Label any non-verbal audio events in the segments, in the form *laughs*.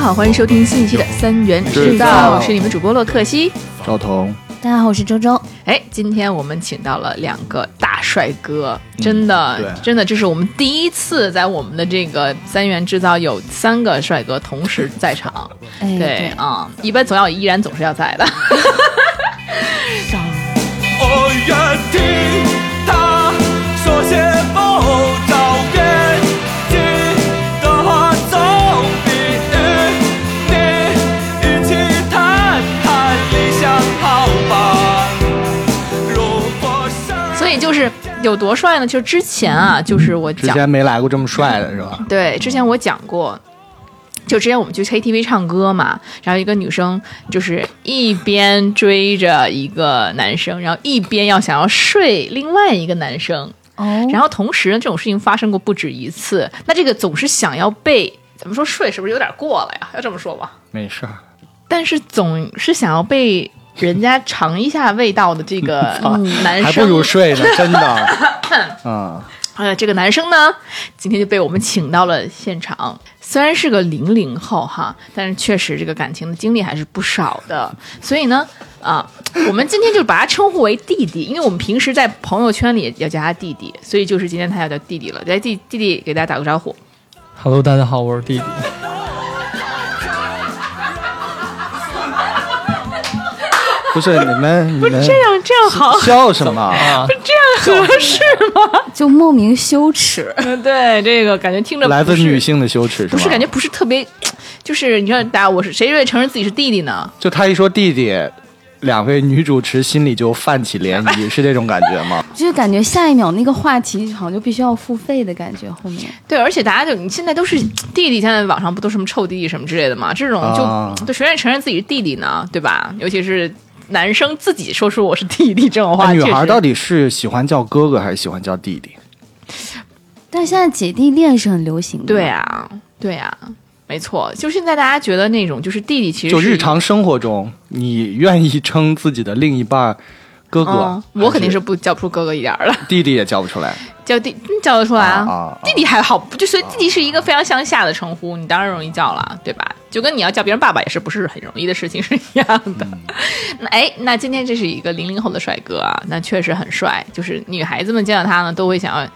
好，欢迎收听新一期的三元制造，我是你们主播洛克西。赵彤，大家好，我是周周。哎，今天我们请到了两个大帅哥，真的，对真的，这是我们第一次在我们的这个三元制造有三个帅哥同时在场。哎，对啊、一般总要依然总是要在的。 *laughs* 我约定，哦他说些不好就别听的话，总比与你一起谈谈理想好吧。如果是所以就是有多帅呢？就之前啊，就是我之讲前没来过这么帅的是吧？对，之嗯前我讲过，就之前我们去 KTV 唱歌嘛，然后一个女生就是一边追着一个男生，然后一边要想要睡另外一个男生，哦，然后同时呢，这种事情发生过不止一次。那这个总是想要被怎么说睡，是不是有点过了呀？要这么说吧，没事儿，但是总是想要被人家尝一下味道的这 *laughs* 个男啊还不生，如 *laughs* 睡呢，真的。嗯，呃，这个男生呢，今天就被我们请到了现场。虽然是个零零后哈，但是确实这个感情的经历还是不少的。所以呢，啊，我们今天就把他称呼为弟弟，因为我们平时在朋友圈里也叫他弟弟，所以就是今天他要叫弟弟了。来，弟弟弟给大家打个招呼。 Hello，大家好，我是弟弟。不是你们，你们这样这样好，笑什么？啊，这样合适吗？就莫名羞耻。 *laughs* 对，这个感觉听着来自不是女，性的羞耻是不吗？是感觉不是特别，就是你看大家，我是谁愿意承认自己是弟弟呢？就他一说弟弟，两位女主持心里就泛起涟 *laughs* 漪，是这种感觉吗？就是感觉下一秒那个话题好像就必须要付费的感觉，后面对，而且大家就你现在都是弟弟，现在网上不都什么臭弟弟什么之类的嘛？这种就、啊对谁愿意承认自己是弟弟呢？对吧？尤其是男生自己说出我是弟弟这种话，那女确孩实到底是喜欢叫哥哥还是喜欢叫弟弟？但现在姐弟恋是很流行的。对，啊，对啊，没错。就现在大家觉得那种就是弟弟，其实就是日常生活中，你愿意称自己的另一半哥哥嗯，，还我肯定是不叫不出哥哥一点儿了，弟弟也叫不出来。叫弟嗯叫得出来啊啊啊弟弟还好，就所以弟弟是一个非常向下的称呼，你当然容易叫了，对吧？就跟你要叫别人爸爸也是不是很容易的事情是一样的。嗯 *laughs* 那哎，那今天这是一个零零后的帅哥啊，那确实很帅，就是女孩子们见到他呢，都会想要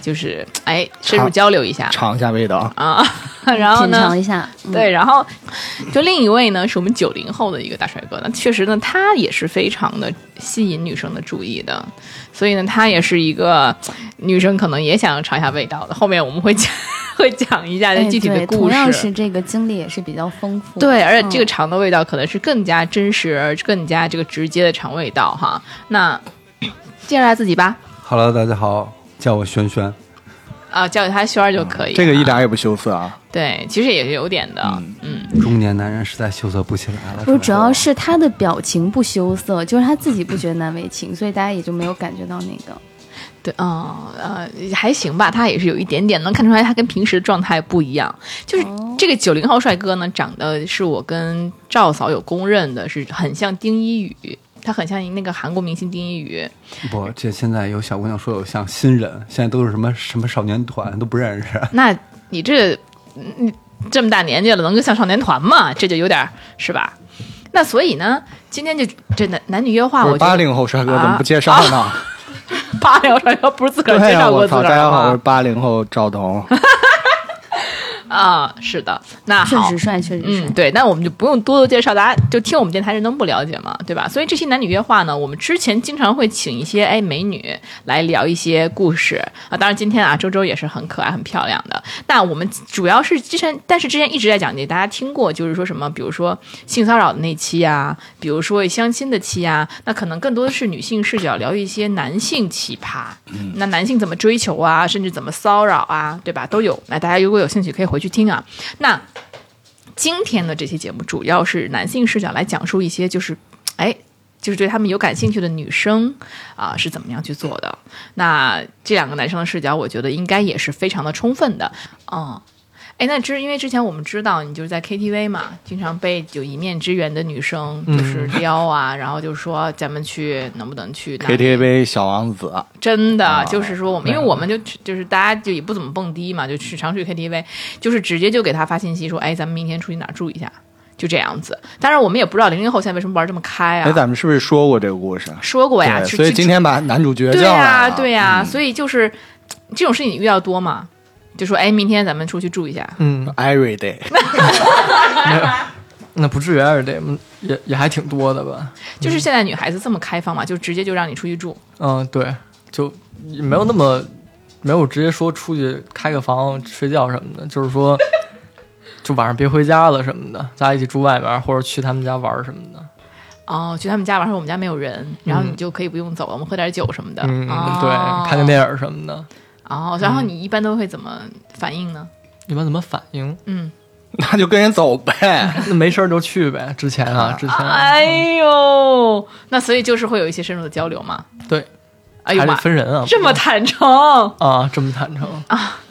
就是哎深入尝交流一下 *laughs* 尝一下味道，啊，然后品呢尝一。下。嗯对，然后就另一位呢是我们九零后的一个大帅哥，那确实呢，他也是非常的吸引女生的注意的，所以呢，他也是一个女生可能也想尝一下味道的。后面我们会讲 *laughs* 会讲一下这哎，具体的对故同事。样是这个经历也是比较丰富。对，而且这个嗯肠的味道可能是更加真实，而更加这个直接的肠胃道哈。那介绍一下自己吧， Hello，大家好，叫我轩轩。啊，叫他轩儿就可以、嗯这个一点儿也不羞涩啊。对，其实也是有点的，嗯中年男人实在羞涩不起来了。不是，主要吧是他的表情不羞涩，就是他自己不觉得难为情，所以大家也就没有感觉到那个。对，嗯呃，还行吧，他也是有一点点能看出来，他跟平时状态不一样。就是这个九零后帅哥呢，长得是我跟赵嫂有公认的是很像丁一宇，他很像那个韩国明星丁一宇。不，这现在有小姑娘说我像新人，现在都是什么什么少年团都不认识。那你这你这么大年纪了，能跟像少年团吗？这就有点儿是吧？那所以呢，今天就这男男女约话，不我是觉得八零后帅哥啊怎么不介绍呢？ *laughs* 八零后帅哥不是自个儿对介呀，绍过我自操！个大家儿好，我是吗？八零后 *laughs* 赵彤。啊，是的，那确好，实帅，确实帅。嗯，对，那我们就不用多多介绍，大家就听我们电台是能不了解嘛，对吧？所以这期男女约话呢，我们之前经常会请一些哎美女来聊一些故事啊，当然今天啊周周也是很可爱、很漂亮的。那我们主要是之前，但是之前一直在讲，给大家听过，就是说什么，比如说性骚扰的那期啊，比如说相亲的期啊，那可能更多的是女性视角聊一些男性奇葩，那男性怎么追求啊，甚至怎么骚扰啊，对吧？都有。那大家如果有兴趣，可以回去听啊。那今天的这期节目主要是男性视角来讲述一些就是，哎，就是对他们有感兴趣的女生啊、是怎么样去做的。那这两个男生的视角，我觉得应该也是非常的充分的，嗯。哎，那之因为之前我们知道你就是在 KTV 嘛，经常被有一面之缘的女生就是撩啊，然后就说咱们去能不能去哪里 KTV 小王子，啊真啊的就是说我们，因为我们就去就是大家就也不怎么蹦迪嘛，就去常去 KTV，就是直接就给他发信息说，哎，咱们明天出去哪儿住一下，就这样子。当然我们也不知道零零后现在为什么玩这么开哎，啊，咱们是不是说过这个故事？说过呀，对就所以就今天把男主角对叫来呀、了啊嗯对啊呀、所以就是这种事情你遇到多吗？就说哎，明天咱们出去住 *laughs* 一下，嗯， ，Every *laughs* day，那不至于 every day，嗯也也还挺多的吧？就是现在女孩子这么开放嘛，就直接就让你出去住。嗯，对，就也没有那么没有直接说出去开个房睡觉什么的，就是说就晚上别回家了什么的，大家一起住外面或者去他们家玩什么的。哦，去他们家玩，说我们家没有人，然后你就可以不用走了，我们喝点酒什么的。嗯，哦、对，看个电影什么的。哦，然后你一般都会怎么反应呢？一般怎么反应？嗯，那就跟人走 *laughs* 呗。那没事儿就去呗。之前啊，之前、哎呦，那所以就是会有一些深入的交流嘛。对，哎呦还妈得，分人啊，这么坦诚，啊，这么坦诚，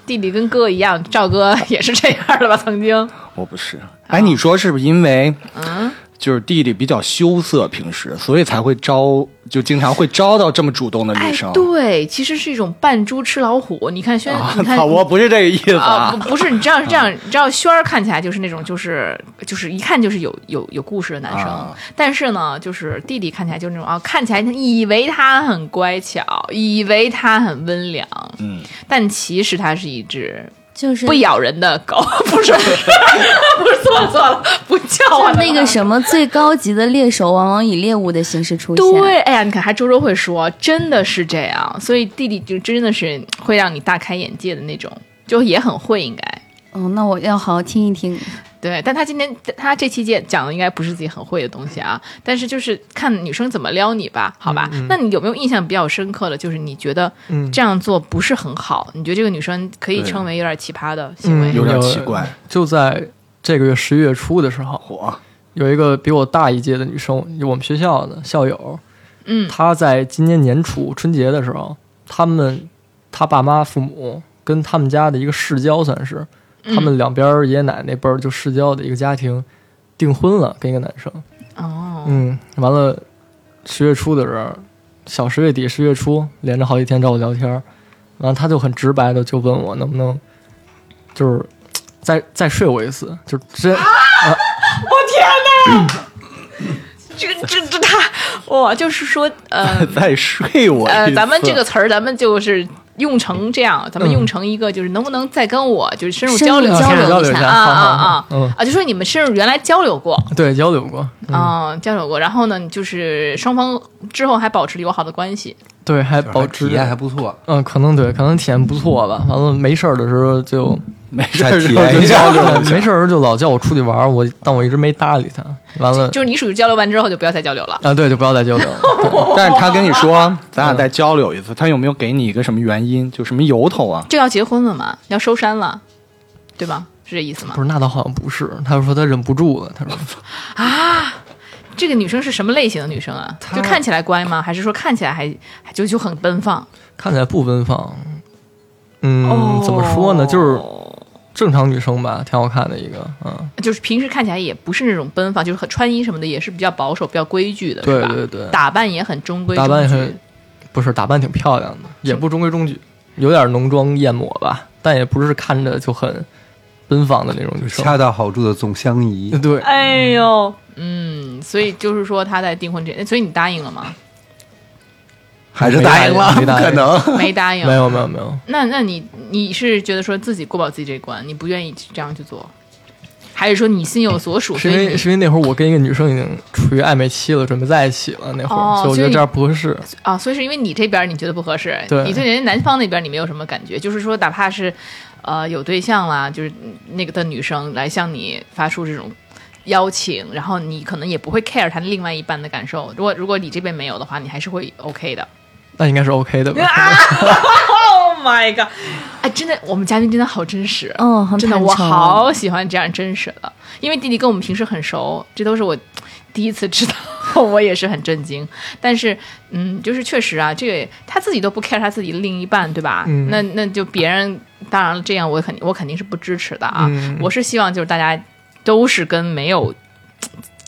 弟弟跟哥一样，赵哥也是这样的吧？曾经，我不是，哎，你说是不是因为嗯，就是弟弟比较羞涩，平时所以才会招，就经常会招到这么主动的哎女生，？对，其实是一种扮猪吃老虎。你看轩，啊你看操，我不是这个意思啊，啊不。不是，你知道是这样，你知道轩儿看起来就是那种就是就是一看就是有有有故事的男生，啊但是呢，就是弟弟看起来就是那种啊，看起来以为他很乖巧，以为他很温良，嗯，但其实他是一只就是不咬人的狗， *laughs* 不是不是错了错了，不叫就啊那个什么最高级的猎手，往往以猎物的形式出现。对，哎呀，你看还周周会说，真的是这样，所以弟弟就真的是会让你大开眼界的那种，就也很会应该。嗯，那我要好好听一听。对，但他今天他这期节讲的应该不是自己很会的东西啊，但是就是看女生怎么撩你吧，好吧？那你有没有印象比较深刻的，就是你觉得嗯这样做不是很好？你觉得这个女生可以称为有点奇葩的行为？嗯有点奇怪，就在这个月十一月初的时候，火有一个比我大一届的女生，我们学校的校友，嗯她在今年年初春节的时候，他们她爸妈父母跟他们家的一个世交算是，他们两边儿爷爷奶奶那辈儿就世交的一个家庭订婚了，跟一个男生，哦，嗯，完了十月初的时候，小十月底十月初连着好几天找我聊天儿，然后他就很直白的就问我能不能就是再再睡我一次，就真。这这这他哇，就是说呃再睡我一呃，次咱们这个词儿，咱们就是用成这样，咱们用成一个就是能不能再跟我就是深入深入交流一交下流一一啊下，啊好好啊好，嗯，啊！就说你们深入原来交流过，对，交流过，嗯，交流过。然后呢，就是双方之后还保持友好的关系。对，嗯还就是保体持，验还不错，嗯，可能对，可能体验不错吧。完了，没事儿的时候就，没事儿再就体验一下交流 *laughs* 没事儿的时候就老叫我出去玩儿，我但我一直没搭理他。完了就是你属于交流完之后就不要再交流了。啊，对，就不要再交流了。对但是他跟你 *laughs* 说，咱俩再交流一次，他有没有给你一个什么原因，就什么由头啊？就要结婚了嘛，要收山了，对吧？是这意思吗不？是，那倒好像不是。他就说他忍不住了，他说这个女生是什么类型的女生啊？就看起来乖吗？还是说看起来还还就就很奔放？看起来不奔放。嗯，哦哦怎么说呢？就是正常女生吧，挺好看的一个，嗯，就是平时看起来也不是那种奔放，就是很穿衣什么的也是比较保守、比较规矩的，对是吧？对对打扮也很中规中打矩。扮也很，不是打扮挺漂亮的，也不中规中矩，有点浓妆艳抹吧，但也不是看着就很奔放的那种女生。恰到好处的总相宜。对，哎呦，嗯，所以就是说她在订婚这，所以你答应了 *laughs* 吗？还是答应了，没不答应可 *laughs* 能。没答应，没有没有没有，那那你你是觉得说自己过不了自己这一关，你不愿意这样去做，还是说你心有所属？是所因以为你是因为那会儿我跟一个女生已经处于暧昧期了，准备在一起了那会儿，哦所以我所以觉得你这样不合适。啊，所以是因为你这边你觉得不合适，对你对人家男方那边你没有什么感觉，就是说哪怕是呃有对象啦，就是那个的女生来向你发出这种。邀请，然后你可能也不会 care 他另外一半的感受。如果如果你这边没有的话，你还是会 OK 的。那应该是 OK 的吧？ Oh my god！哎，真的，我们嘉宾真的好真实，啊嗯很真的，坦我诚好喜欢这样真实的，因为弟弟跟我们平时很熟，这都是我第一次知道 *laughs* 后我也是很震惊。但是，嗯，就是确实啊，这个他自己都不 care 他自己的另一半，对吧？嗯那那就别人，当然了，这样我肯我肯定是不支持的啊。嗯我是希望就是大家都是跟没有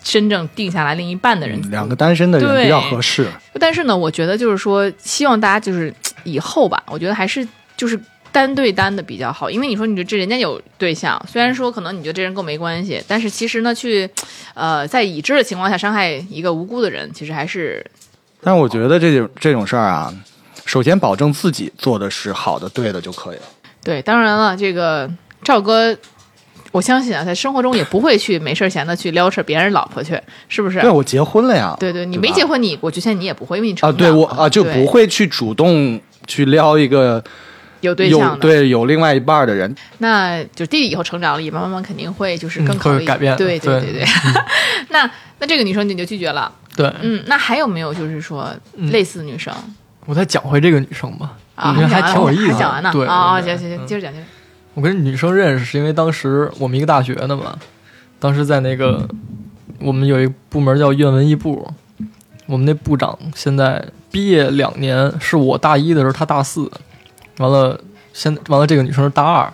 真正定下来另一半的人嗯两个单身的人对比较合适。但是呢，我觉得就是说，希望大家就是以后吧，我觉得还是就是单对单的比较好，因为你说你这这人家有对象，虽然说可能你觉得这人跟我没关系，但是其实呢，去呃在已知的情况下伤害一个无辜的人，其实还是但我觉得这种这种事儿啊，首先保证自己做的是好的、对的就可以了。对。当然了，这个赵哥。我相信啊，在生活中也不会去没事儿闲的去撩扯别人老婆去，是不是？对，我结婚了呀。对对，你吧没结婚你，我觉得你也不会，因为你成啊？对长我了啊，就对不会去主动去撩一个有对有象的。对有另外一半的人。那就弟弟以后成长了，也慢慢慢肯定会就是更嗯考虑、会改变对对对对 *laughs* 对。那那这个女生你就拒绝了，对，嗯，那还有没有就是说嗯类似的女生、我再讲回这个女生吧，啊？我觉得还讲完挺有了意思还讲完的。呢对啊啊，对嗯行行行，接着讲接着。我跟女生认识是因为当时我们一个大学的嘛，当时在那个我们有一个部门叫院文艺部，我们那部长现在毕业两年，是我大一的时候，他大四，完了现完了这个女生是大二，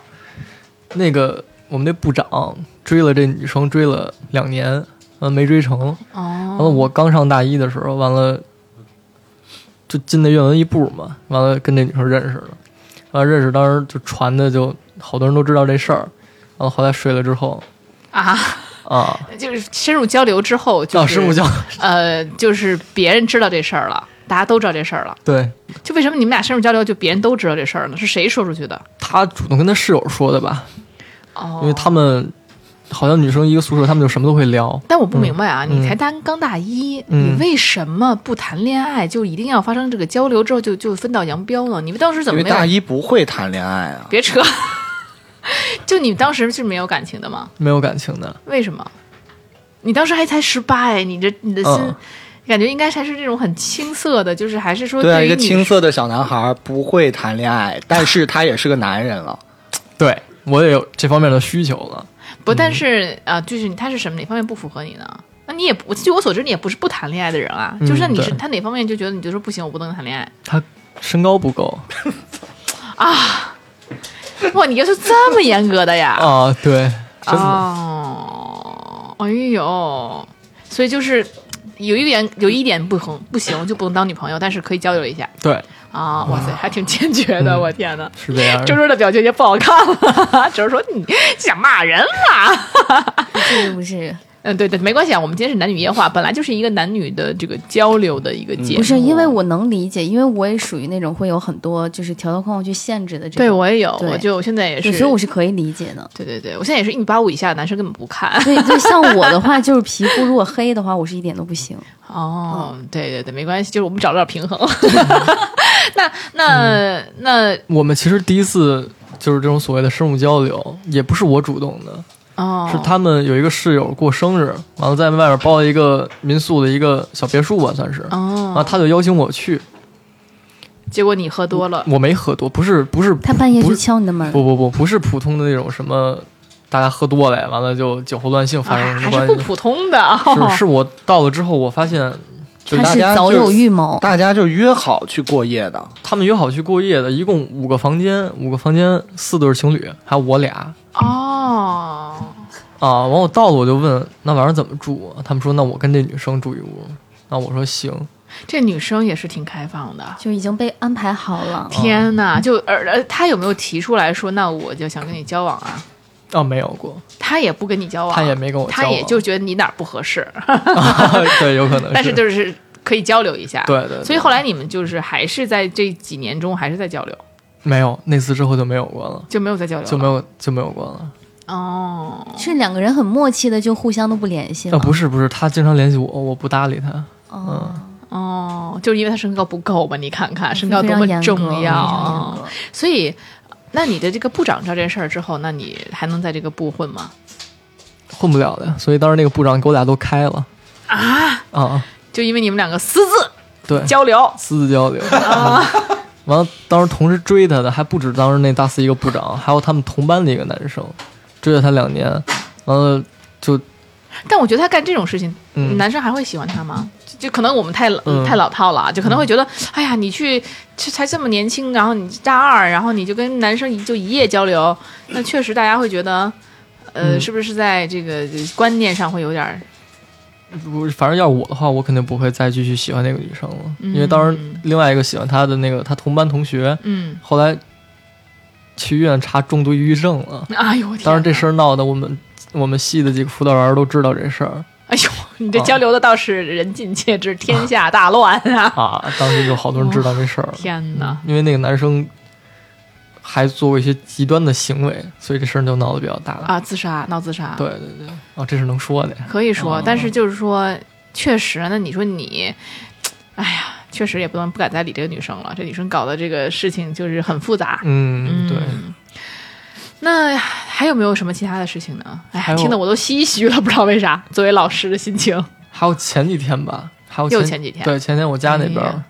那个我们那部长追了这女生追了两年，完没追成，完了哦，我刚上大一的时候，完了就进那院文一部嘛，完了跟这女生认识了，完了认识当时就传的就好多人都知道这事儿，完了后来睡了之后啊，啊，就是深入交流之后，就叫是、师傅叫呃，就是别人知道这事儿了，大家都知道这事儿了，对就为什么你们俩深入交流，就别人都知道这事儿呢？是谁说出去的？他主动跟他室友说的吧，哦，因为他们好像女生一个宿舍，他们就什么都会聊。但我不明白啊，嗯你才单刚大一，嗯你为什么不谈恋爱就一定要发生这个交流之后就就分道扬镳呢？你们当时怎因么为没有大？一不会谈恋爱啊，别扯， *laughs* 就你当时是没有感情的吗？没有感情的，为什么？你当时还才十八哎，你这你的心、嗯感觉应该还是这种很青涩的，就是还是说对啊，于一个你青涩的小男孩不会谈恋爱，但是他也是个男人了。对我也有这方面的需求了。不，嗯但是啊、呃就是他是什么哪方面不符合你呢？那你也不，据我所知，你也不是不谈恋爱的人啊。嗯就是你是对他哪方面就觉得你就说不行，我不能谈恋爱。他身高 *laughs* 不够哇，你要是这么严格的 *laughs* 呀？啊，对，真的，哦，哎呦，所以就是有一点有一点不行不行就不能当女朋友，但是可以交流一下对，啊！哇塞，还挺坚决的，嗯我天哪！是这样的。周周的表情也不好看了， *laughs* 周周说你想骂人啦。这个不是嗯，对对，没关系啊，我们今天是男女夜话，本来就是一个男女的这个交流的一个节目。不是，因为我能理解，因为我也属于那种会有很多就是条条框框去限制的这种。对我也有，对我就现在也是，。对所以我是可以理解的 *laughs* 对对对，我现在也是一米八五以下的男生根本不看。所以就像我的话，就是皮肤如果黑的话，我是一点都不行。哦，嗯对对对，没关系，就是我们找到 *laughs* 平衡。 *laughs* 那那嗯那我们其实第一次就是这种所谓的深入交流，也不是我主动的，哦，是他们有一个室友过生日，完了在外面包了一个民宿的一个小别墅吧，算是，然后哦，他就邀请我去，结果你喝多了，我没喝多，不是不是，他半夜不去是敲你的门，不不不，不是普通的那种什么，大家喝多了，完了就酒后乱性发生啊还什么是关不系，普通的，哦是是我到了之后，我发现就他大是家早就有预谋。大家就约好去过夜的，他们约好去过夜的，一共五个房间，五个房间四对情侣，还有我俩， *laughs* 哦，啊，完我到了我就问那晚上怎么住、啊，他们说那我跟这女生住一屋，那我说行，这女生也是挺开放的。哦就已经被安排好了，天呐，就而而她有没有提出来说，那我就想跟你交往啊？啊没有过， *laughs* 她也不跟你交往，他也没跟我交她往，也就觉得你哪儿不合适，对，有可呃能是，但是就是可以交流一下。对对对所以后来你们就是还是在这几年中还是在交流，没有那次之后就没有过了，就没有再交流了，就没有就没有过了。哦。是两个人很默契的，就互相都不联系了。啊不是不是，他经常联系我，我不搭理他。哦，哦，就是因为他身高不够吧？你看看身高嗯非多常么严格重要非常严啊格！所以，那你的这个部长知道这事儿之后，那你还能在这个部混吗？混不了的，所以当时那个部长给我俩都开了啊啊，就因为你们两个私自对，交哦流，嗯私自交流啊。 *laughs* 完了，当时同时追他的还不止当时那大四一个部长，还有他们同班的一个男生，追了他两年，完了就但我觉得他干这种事情，嗯男生还会喜欢他吗？就就可能我们太老、嗯太老套了啊，就可能会觉得，哎呀，你去这才这么年轻，然后你大二，然后你就跟男生一就一夜交流，那确实大家会觉得，呃，嗯是不是在这个观念上会有点儿？不，反正要我的话，我肯定不会再继续喜欢那个女生了，嗯因为当时另外一个喜欢她的那个她同班同学，嗯，后来去医院查中毒抑郁症了。哎呦，我天当时这哪事儿闹得我们我们系的几个辅导员都知道这事儿哎呦，你这啊交流的倒是人尽皆知，天下大乱啊！*laughs* 啊，当时有好多人知道这事儿，天哪，因为那个男生还做过一些极端的行为，所以这事儿就闹得比较大。啊，自杀，闹自杀，对对对，哦，这是能说的呀。可以说，哦但是就是说，确实，那你说你，哎呀，确实也不能不敢再理这个女生了。这女生搞的这个事情就是很复杂。嗯，对，那还有没有什么其他的事情呢？哎还呀，有听得我都唏嘘了，不知道为啥。作为老师的心情，还有前几天吧，还有又前前几天对前天我家那边哎儿呀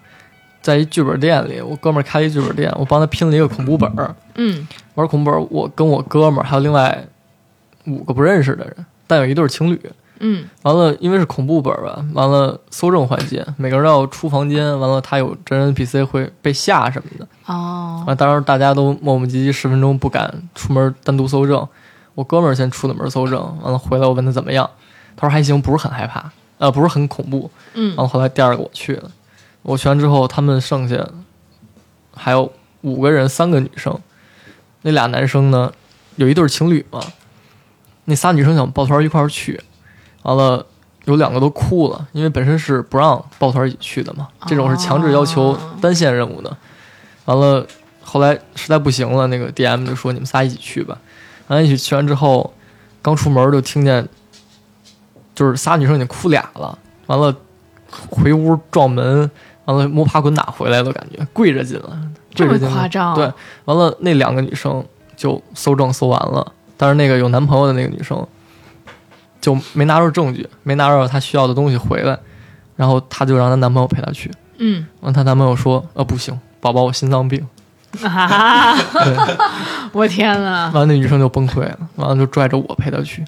在一剧本店里，我哥们儿开了一剧本店，我帮他拼了一个恐怖本儿。嗯玩恐怖本儿，我跟我哥们儿还有另外五个不认识的人，但有一对儿情侣。嗯完了，因为是恐怖本儿吧，完了搜证环节，每个人要出房间，完了他有真人 NPC 会被吓什么的。哦啊，当时大家都磨磨唧唧十分钟，不敢出门单独搜证。我哥们儿先出的门搜证，完了回来我问他怎么样，他说还行，不是很害怕，呃，不是很恐怖。嗯然后后来第二个我去了，我去完之后，他们剩下还有五个人，三个女生，那俩男生呢，有一对儿情侣嘛，那仨女生想抱团儿一块儿去，完了有两个都哭了，因为本身是不让抱团儿一起去的嘛，这种是强制要求单线任务的，完了后来实在不行了，那个 DM 就说你们仨一起去吧，完了一起去完之后，刚出门就听见。就是仨女生已经哭俩了，完了回屋撞门，完了摸爬滚打回来的感觉，跪着进来，这跪么着进来夸张对，完了那两个女生就搜证搜完了，但是那个有男朋友的那个女生就没拿着证据，没拿着她需要的东西回来，然后她就让她男朋友陪她去， *laughs* 嗯 *laughs* 完了她男朋友说，呃不行，宝宝我心脏病，啊，对，我天呐，完了那女生就崩溃了，完了就拽着我陪她去，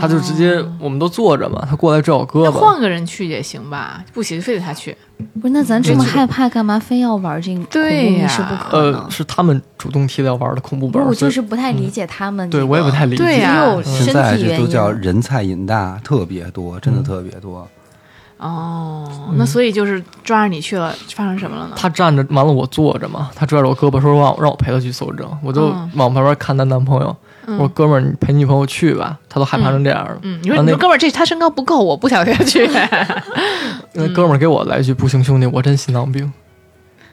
她就直接我们都坐着嘛，她过来拽我胳哦那膊，换个人去也行吧？不行，非得他去。不是，那咱这么害怕，干嘛非要玩这个恐怖对呀密室不可呃能？是他们主动提的要玩的恐怖本不儿，我所就以是不太理解他们这对个、我也不太理解，对呀只有身现在体这原都因。叫人菜瘾大，特别多，真的特别多。哦，嗯那所以就是抓着你去了，发生什么了呢？她站着，完了我坐着嘛，她拽着我胳膊说让我让我陪她去搜证，我就嗯往旁边看她男朋友，嗯我说哥们儿你陪女朋友去吧，她都害怕成这样了。嗯，你说然后你那说哥们儿，这他身高不够，我不想跟他去。 *laughs* 嗯那哥们儿给我来一句不行兄弟，我真心脏病。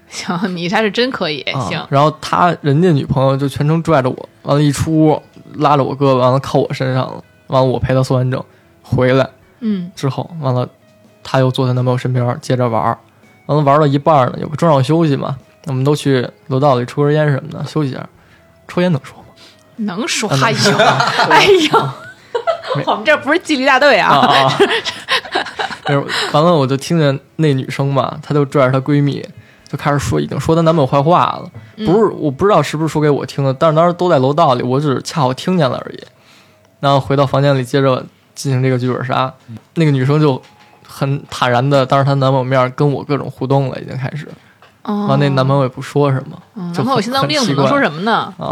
行，你他是真可以，哎啊行，然后他人家女朋友就全程拽着我，完了，一出屋拉着我胳膊，完了靠我身上了，完了我陪她搜完证，回来嗯，之后，完了她又坐在男朋友身边接着玩儿，完了玩到一半儿呢，有个中场休息嘛，我们都去楼道里抽根烟什么的休息一下，抽烟能说吗？能说，啊能哎呦， *laughs* 哎呦。 *laughs* 我们这不是纪律大队啊！啊，没有，完了我就听见那女生嘛，她就拽着她闺蜜，就开始说，已经说她男朋友坏话了。嗯不是，我不知道是不是说给我听的，但是当时都在楼道里，我只是恰好听见了而已。然后回到房间里，接着进行这个剧本杀。那个女生就很坦然的当着她男朋友面跟我各种互动了，已经开始。哦完啊了，那男朋友也不说什么，嗯就男朋友心脏病很奇怎怪么说什么呢？啊，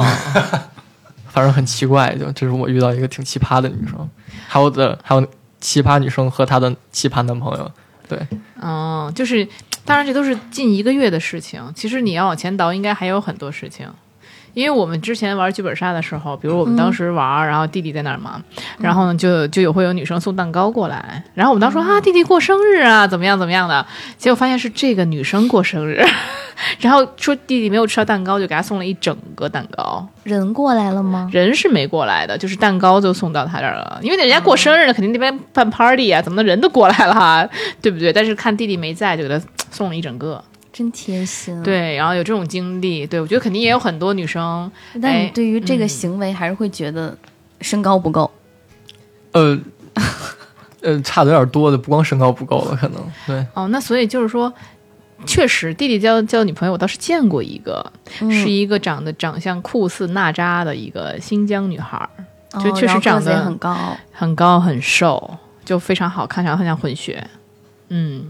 反正很奇怪，就这是我遇到一个挺奇葩的女生，还有的还有奇葩女生和她的奇葩男朋友，对，嗯，就是，当然这都是近一个月的事情。其实你要往前倒，应该还有很多事情。因为我们之前玩剧本杀的时候，比如我们当时玩儿，然后弟弟在那儿嘛，然后呢就就有会有女生送蛋糕过来，然后我们当时说啊弟弟过生日啊，怎么样怎么样的，结果发现是这个女生过生日， *laughs* 然后说弟弟没有吃到蛋糕，就给他送了一整个蛋糕，人过来了吗？人是没过来的，就是蛋糕就送到他这儿了，因为人家过生日了，肯定那边办 party 啊，怎么的人都过来了啊， *laughs* 对不对？但是看弟弟没在，就给他嘖送了一整个，真贴心。，啊对，然后有这种经历，对我觉得肯定也有很多女生，但哎你对于这个嗯行为还是会觉得身高不够。呃呃，差的有点多的，不光身高不够了，可能对，哦，那所以就是说，确实弟弟交交女朋友，我倒是见嗯嗯过一个，是一个长得长相酷似娜扎的一个新疆女孩儿，就哦确然实后长个子也得很高，很高很瘦，就非常好看，然后很像混血，嗯，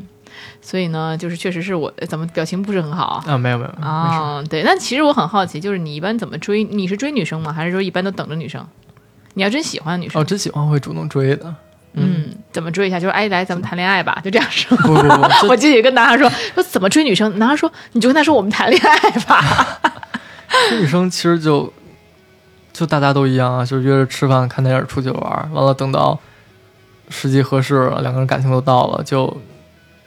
所以呢，就是确实是我呃怎么表情不是很好啊，没有没有，没事啊、对，那其实我很好奇，就是你一般怎么追？你是追女生吗？还是说一般都等着女生？你要真喜欢女生，哦，真喜欢会主动追 *laughs* 的，嗯，怎么追一下？就是哎，来咱们谈恋爱吧，就这样说。 *laughs* 不不不，这我自己跟男孩说说怎么追女生，男孩说你就跟他说我们谈恋爱吧。这女生其实就就大家都一样啊，就是约着吃饭、看电影、出去玩儿，完了等到时机合适，两个人感情都到了，就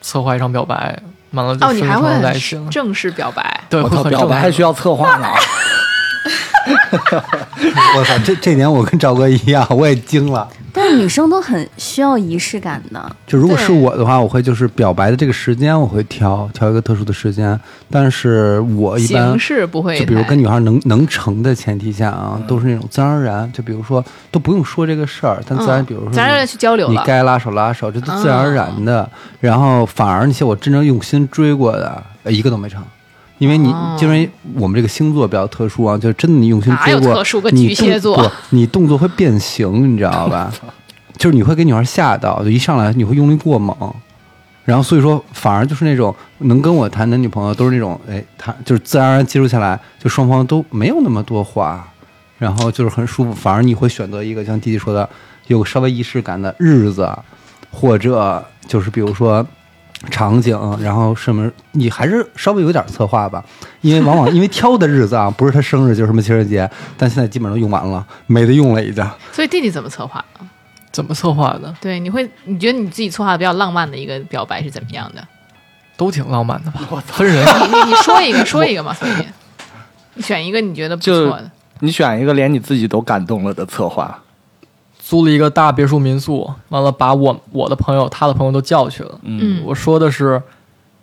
策划一场表白，完 *laughs* 了就哦，你顺理还成会章在一起了很。正式表白？对，我会操，很表白还需要要策划 *laughs* 呢。 *laughs* 我操，这这点我跟赵哥一样，我也惊了。但是女生都很需要仪式感的。就如果对是我的话，我会就是表白的这个时间，我会挑挑一个特殊的时间。但是哦我一般形式不会太，嗯就比如跟女孩能能成的前提下啊，都是那种自然而然。就比如说都不用说这个事儿，但自然，嗯比如说咱俩你去交流你了。嗯该拉手拉手，这都自然而然的。然后反而那些我真正用心追过的，呃一个都没成。因为你，哦因为我们这个星座比较特殊啊，就是真的你用心哪追有过，特殊个你巨蟹动座不你动作会变形，你知道吧？就是你会给女孩吓到，就一上来你会用力过猛，然后所以说反而就是那种能跟我谈男女朋友都是那种，哎，他就是自然而然接触下来，就双方都没有那么多话，然后就是很舒服。反而你会选择一个像弟弟说的，有稍微仪式感的日子，或者就是比如说场景，然后什么，你还是稍微有点策划吧，因为往往因为挑的日子啊，不是他生日就是什么情人节，但现在基本上都用完了，没得用了已经。所以弟弟怎么策划？怎么策划的，对，你会你觉得你自己策划的比较浪漫的一个表白是怎么样的？都挺浪漫的吧？分人， *laughs* 你你你说一个，说一个嘛，所以你选一个你觉得不就错的。你选一个连你自己都感动了的策划，租了一个大别墅民宿，完了把我我的朋友、他的朋友都叫去了。嗯，我说的是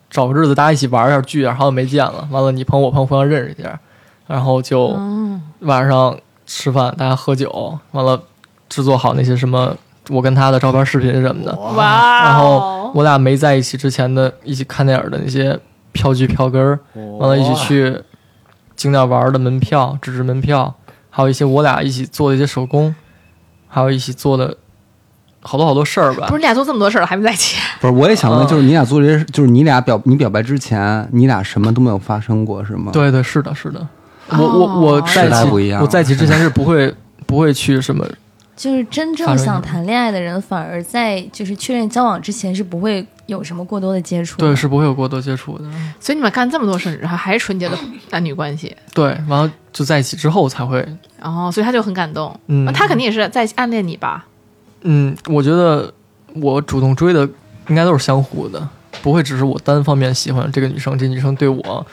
找个日子大家一起玩一下，聚一下，好久没见了。完了，你朋友我朋友互相认识一下，然后就。哦，晚上吃饭，大家喝酒，完了制作好那些什么我跟他的照片、视频什么嗯的。哇哦，然后我俩没在一起之前的，一起看电影的那些票据、票根儿，完了一起去景点玩的门票、纸质门票，还有一些我俩一起做的一些手工，还有一起做的好多好多事儿吧不。是你俩做这么多事儿了还没在一起？不是，我也想问，嗯就是你俩做这些，就是你俩表你表白之前，你俩什么都没有发生过，是吗？，对对，是的，是的。我哦我我在时一代起不一样啊我在一起之前是不 *laughs* 会不会去什么就是真发正生一想种谈恋爱的人，反而在就是确认交往之前是不会有什么过多的接触。对，是不会有过多接触的。所以你们干这么多事儿，然后还是纯洁的男女关系。对，完了就在一起之后才会，哦，所以他就很感动。嗯哦那他肯定也是在暗恋你吧？嗯，我觉得我主动追的应该都是相互的，不会只是我单方面喜欢这个女生，这女生对我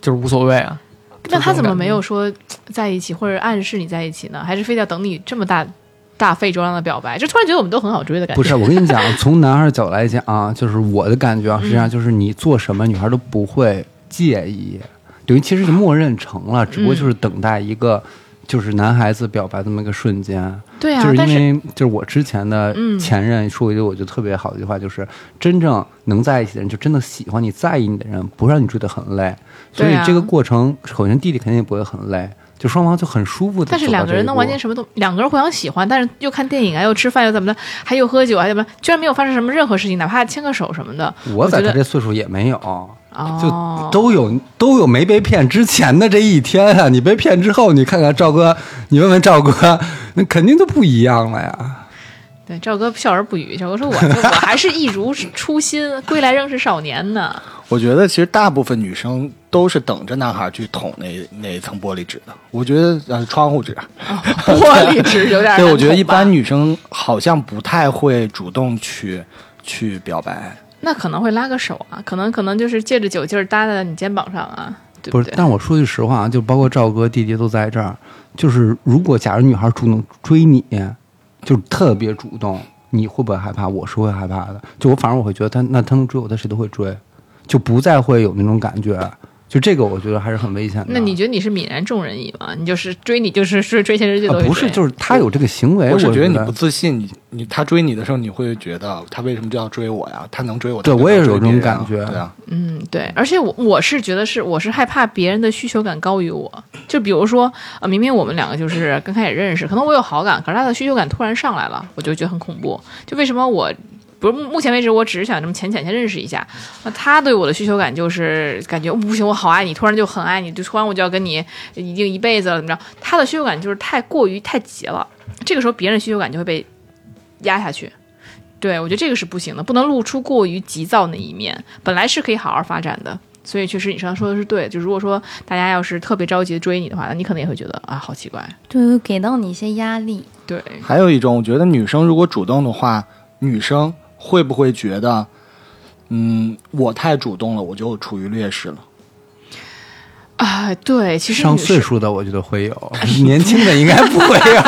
就是无所谓啊。那他就这种怎么没有感说在一起或者暗示你在一起呢？还是非得要等你这么大大费周章的表白？就突然觉得我们都很好追的感觉。不是，我跟你讲，从男孩角度来讲啊，就是我的感觉啊，实际上就是你做什么，女孩都不会介意，等于其实就默认成了，只不嗯过就是等待一个。就是男孩子表白这么一个瞬间，对就啊，是因但是为就是我之前的嗯前任说过一句我觉得特别好的一句话，就是真正能在一起的人，就真的喜欢你、在意你的人，不让你追得很累。所对以啊这个过程，首先弟弟肯定也不会很累，就双方就很舒服的。但是两个人能完全什么都，两个人互相喜欢，但是又看电影啊，又吃饭又怎么的，还又喝酒啊，怎么的，居然没有发生什么任何事情，哪怕牵个手什么的。我在觉他得这岁数也没有，哦就，都有都有没被骗之前的这一天啊！你被骗之后，你看看赵哥，你问问赵哥，那肯定就不一样了呀。对赵哥笑而不语。赵哥说我：“我我还是一如初心，归来仍是少年呢。我觉得其实大部分女生都是等着男孩去捅那那一层玻璃纸的。我觉得呃，窗户纸。玻璃纸有点儿难捅吧”对，我觉得一般女生好像不太会主动去去表白。那可能会拉个手啊，可能可能就是借着酒劲儿搭在你肩膀上啊，对不是对？，但我说句实话啊，就包括赵哥、弟弟都在这儿，就是如果假如女孩主动追你，就是特别主动，你会不会害怕？我是会害怕的。就我反正我会觉得他那他能追我，他谁都会追，就不再会有那种感觉。就这个我觉得还是很危险的。那你觉得你是泯然众人矣吗？你就是追你就是是追全世界啊都、不是就是他有这个行为，我哎我是觉得你得不自信，你你他追你的时候，你会觉得他为什么就要追我呀？他能追我，对他就我也能有追别这种人啊感觉对啊，嗯，对，而且我我是觉得是我是害怕别人的需求感高于我，就比如说呃，明明我们两个就是刚开始认识，可能我有好感，可是他的需求感突然上来了，我就觉得很恐怖。就为什么我不是目前为止我只是想这么浅浅先认识一下，那他对我的需求感就是感觉、哦不行，我好爱你，突然就很爱你，就突然我就要跟你一定一辈子了，怎么着？他的需求感就是太过于太急了，这个时候别人的需求感就会被压下去。对，我觉得这个是不行的，不能露出过于急躁那一面，本来是可以好好发展的。所以确实，你刚刚说的是对，就如果说大家要是特别着急地追你的话，那你可能也会觉得啊，好奇怪。对，会给到你一些压力。对，还有一种，我觉得女生如果主动的话，女生会不会觉得，嗯，我太主动了，我就处于劣势了？啊，对，其实上女岁生，数的我觉得会 *laughs* 有，年轻的应该不会有。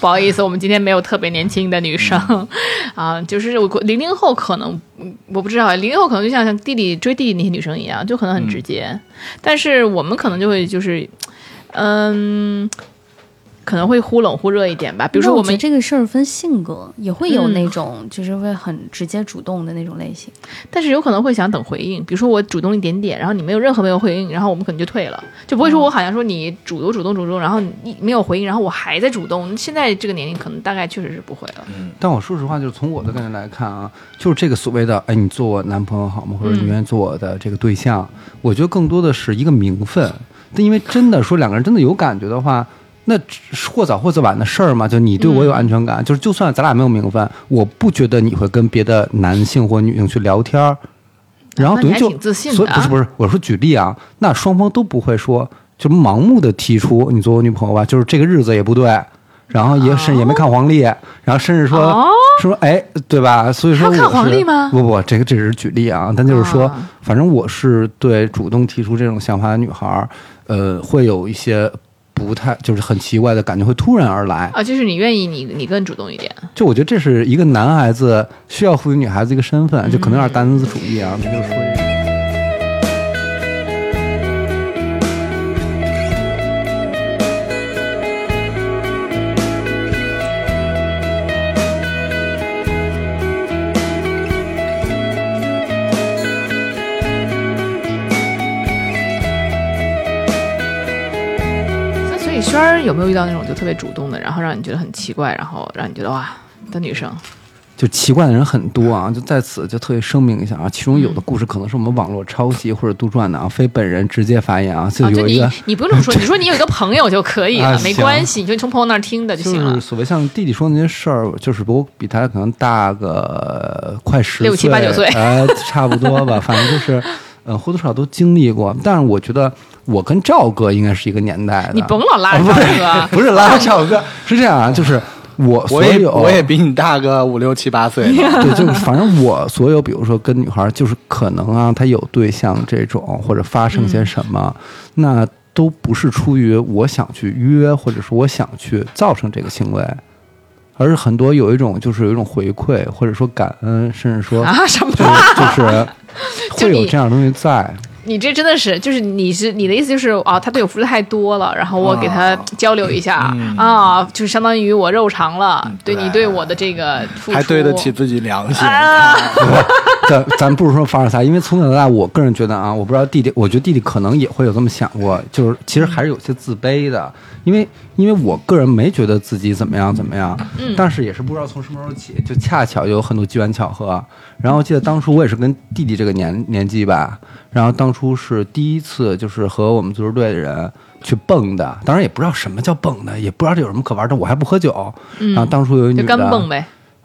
不好意思，我们今天没有特别年轻的女生、 *laughs* 啊，就是我零零后可能嗯我不知道，零零后可能就像像弟弟追弟弟那些女生一样，就可能很直接，但是我们可能就会就是，嗯，可能会忽冷忽热一点吧。比如说那我我们觉得这个事儿分性格，也会有嗯那种、就是会很直接主动的那种类型。但是有可能会想等回应，比如说我主动一点点，然后你没有任何没有回应，然后我们可能就退了，就不会说我好像说你主动主动主动，然后你没有回应，然后我还在主动。现在这个年龄可能大概确实是不会了。但我说实话，就是从我的感觉来看啊，就是这个所谓的“哎，你做我男朋友好吗？”或者嗯“你愿意做我的这个对象”，我觉得更多的是一个名分。但因为真的说两个人真的有感觉的话，那是或早或晚的事儿嘛。就你对嗯我有安全感，就是就算咱俩没有名分，我不觉得你会跟别的男性或女性去聊天儿。然后那你等于还就挺自信所以的不是啊不是，我说举例啊，那双方都不会说就盲目的提出你做我女朋友吧，就是这个日子也不对，然后也甚至也没看黄历，然后甚至说、哦说哎，对吧？所以说还要看我是黄历吗不不，这个这只是举例啊，但就是说，啊反正我是对主动提出这种想法的女孩儿，呃，会有一些。不太就是很奇怪的感觉会突然而来，啊，就是你愿意你你更主动一点，就我觉得这是一个男孩子需要赋予女孩子一个身嗯份，就可能有点大男子主义啊，就是说这个。那所以轩儿有没有遇到那种就特别主动的，然后让你觉得很奇怪，然后让你觉得哇的女生？就奇怪的人很多啊，就在此就特别声明一下啊，其中有嗯的故事可能是我们网络抄袭或者杜撰的啊，非本人直接发言啊，就啊，就有一你个。你不用这么说，你说你有一个朋友就可以 *laughs* 啊了，没行关系，你就从朋友那儿听的就就行了是。所谓像弟弟说的那些事儿，就是不过比他可能大个快十六七八九岁呃，差不多吧，反 *laughs* 正就是，呃，或多或少都经历过。但是我觉得我跟赵哥应该是一个年代的，你甭老拉啊着他哥，啊哦不是拉赵 *laughs* 哥，是这样啊，就是我所我也有我也比你大个五六七八岁呢 *laughs* 对，就是反正我所有，比如说跟女孩儿，就是可能啊，她有对象这种，或者发生些什么，那都不是出于我想去约，或者是我想去造成这个行为，而是很多有一种就是有一种回馈，或者说感恩，甚至说啊 *laughs* 什么就是、就是就会有你这样的东西在。你这真的是，就是你是你的意思就是哦，他对我付出太多了，然后我给他啊交流一下啊、嗯就是相当于我肉偿了，对你对我的这个付出，还对得起自己良心。 *laughs* 咱咱不是说凡尔赛，因为从小到大，我个人觉得啊，我不知道弟弟，我觉得弟弟可能也会有这么想过，就是其实还是有些自卑的，因为因为我个人没觉得自己怎么样怎么样，嗯但是也是不知道从什么时候起，就恰巧有很多机缘巧合。然后记得当初我也是跟弟弟这个年年纪吧，然后当初是第一次就是和我们足球队的人去蹦的，当然也不知道什么叫蹦的，也不知道这有什么可玩的，我还不喝酒。然后当初有一女嗯就的，啊干蹦呗，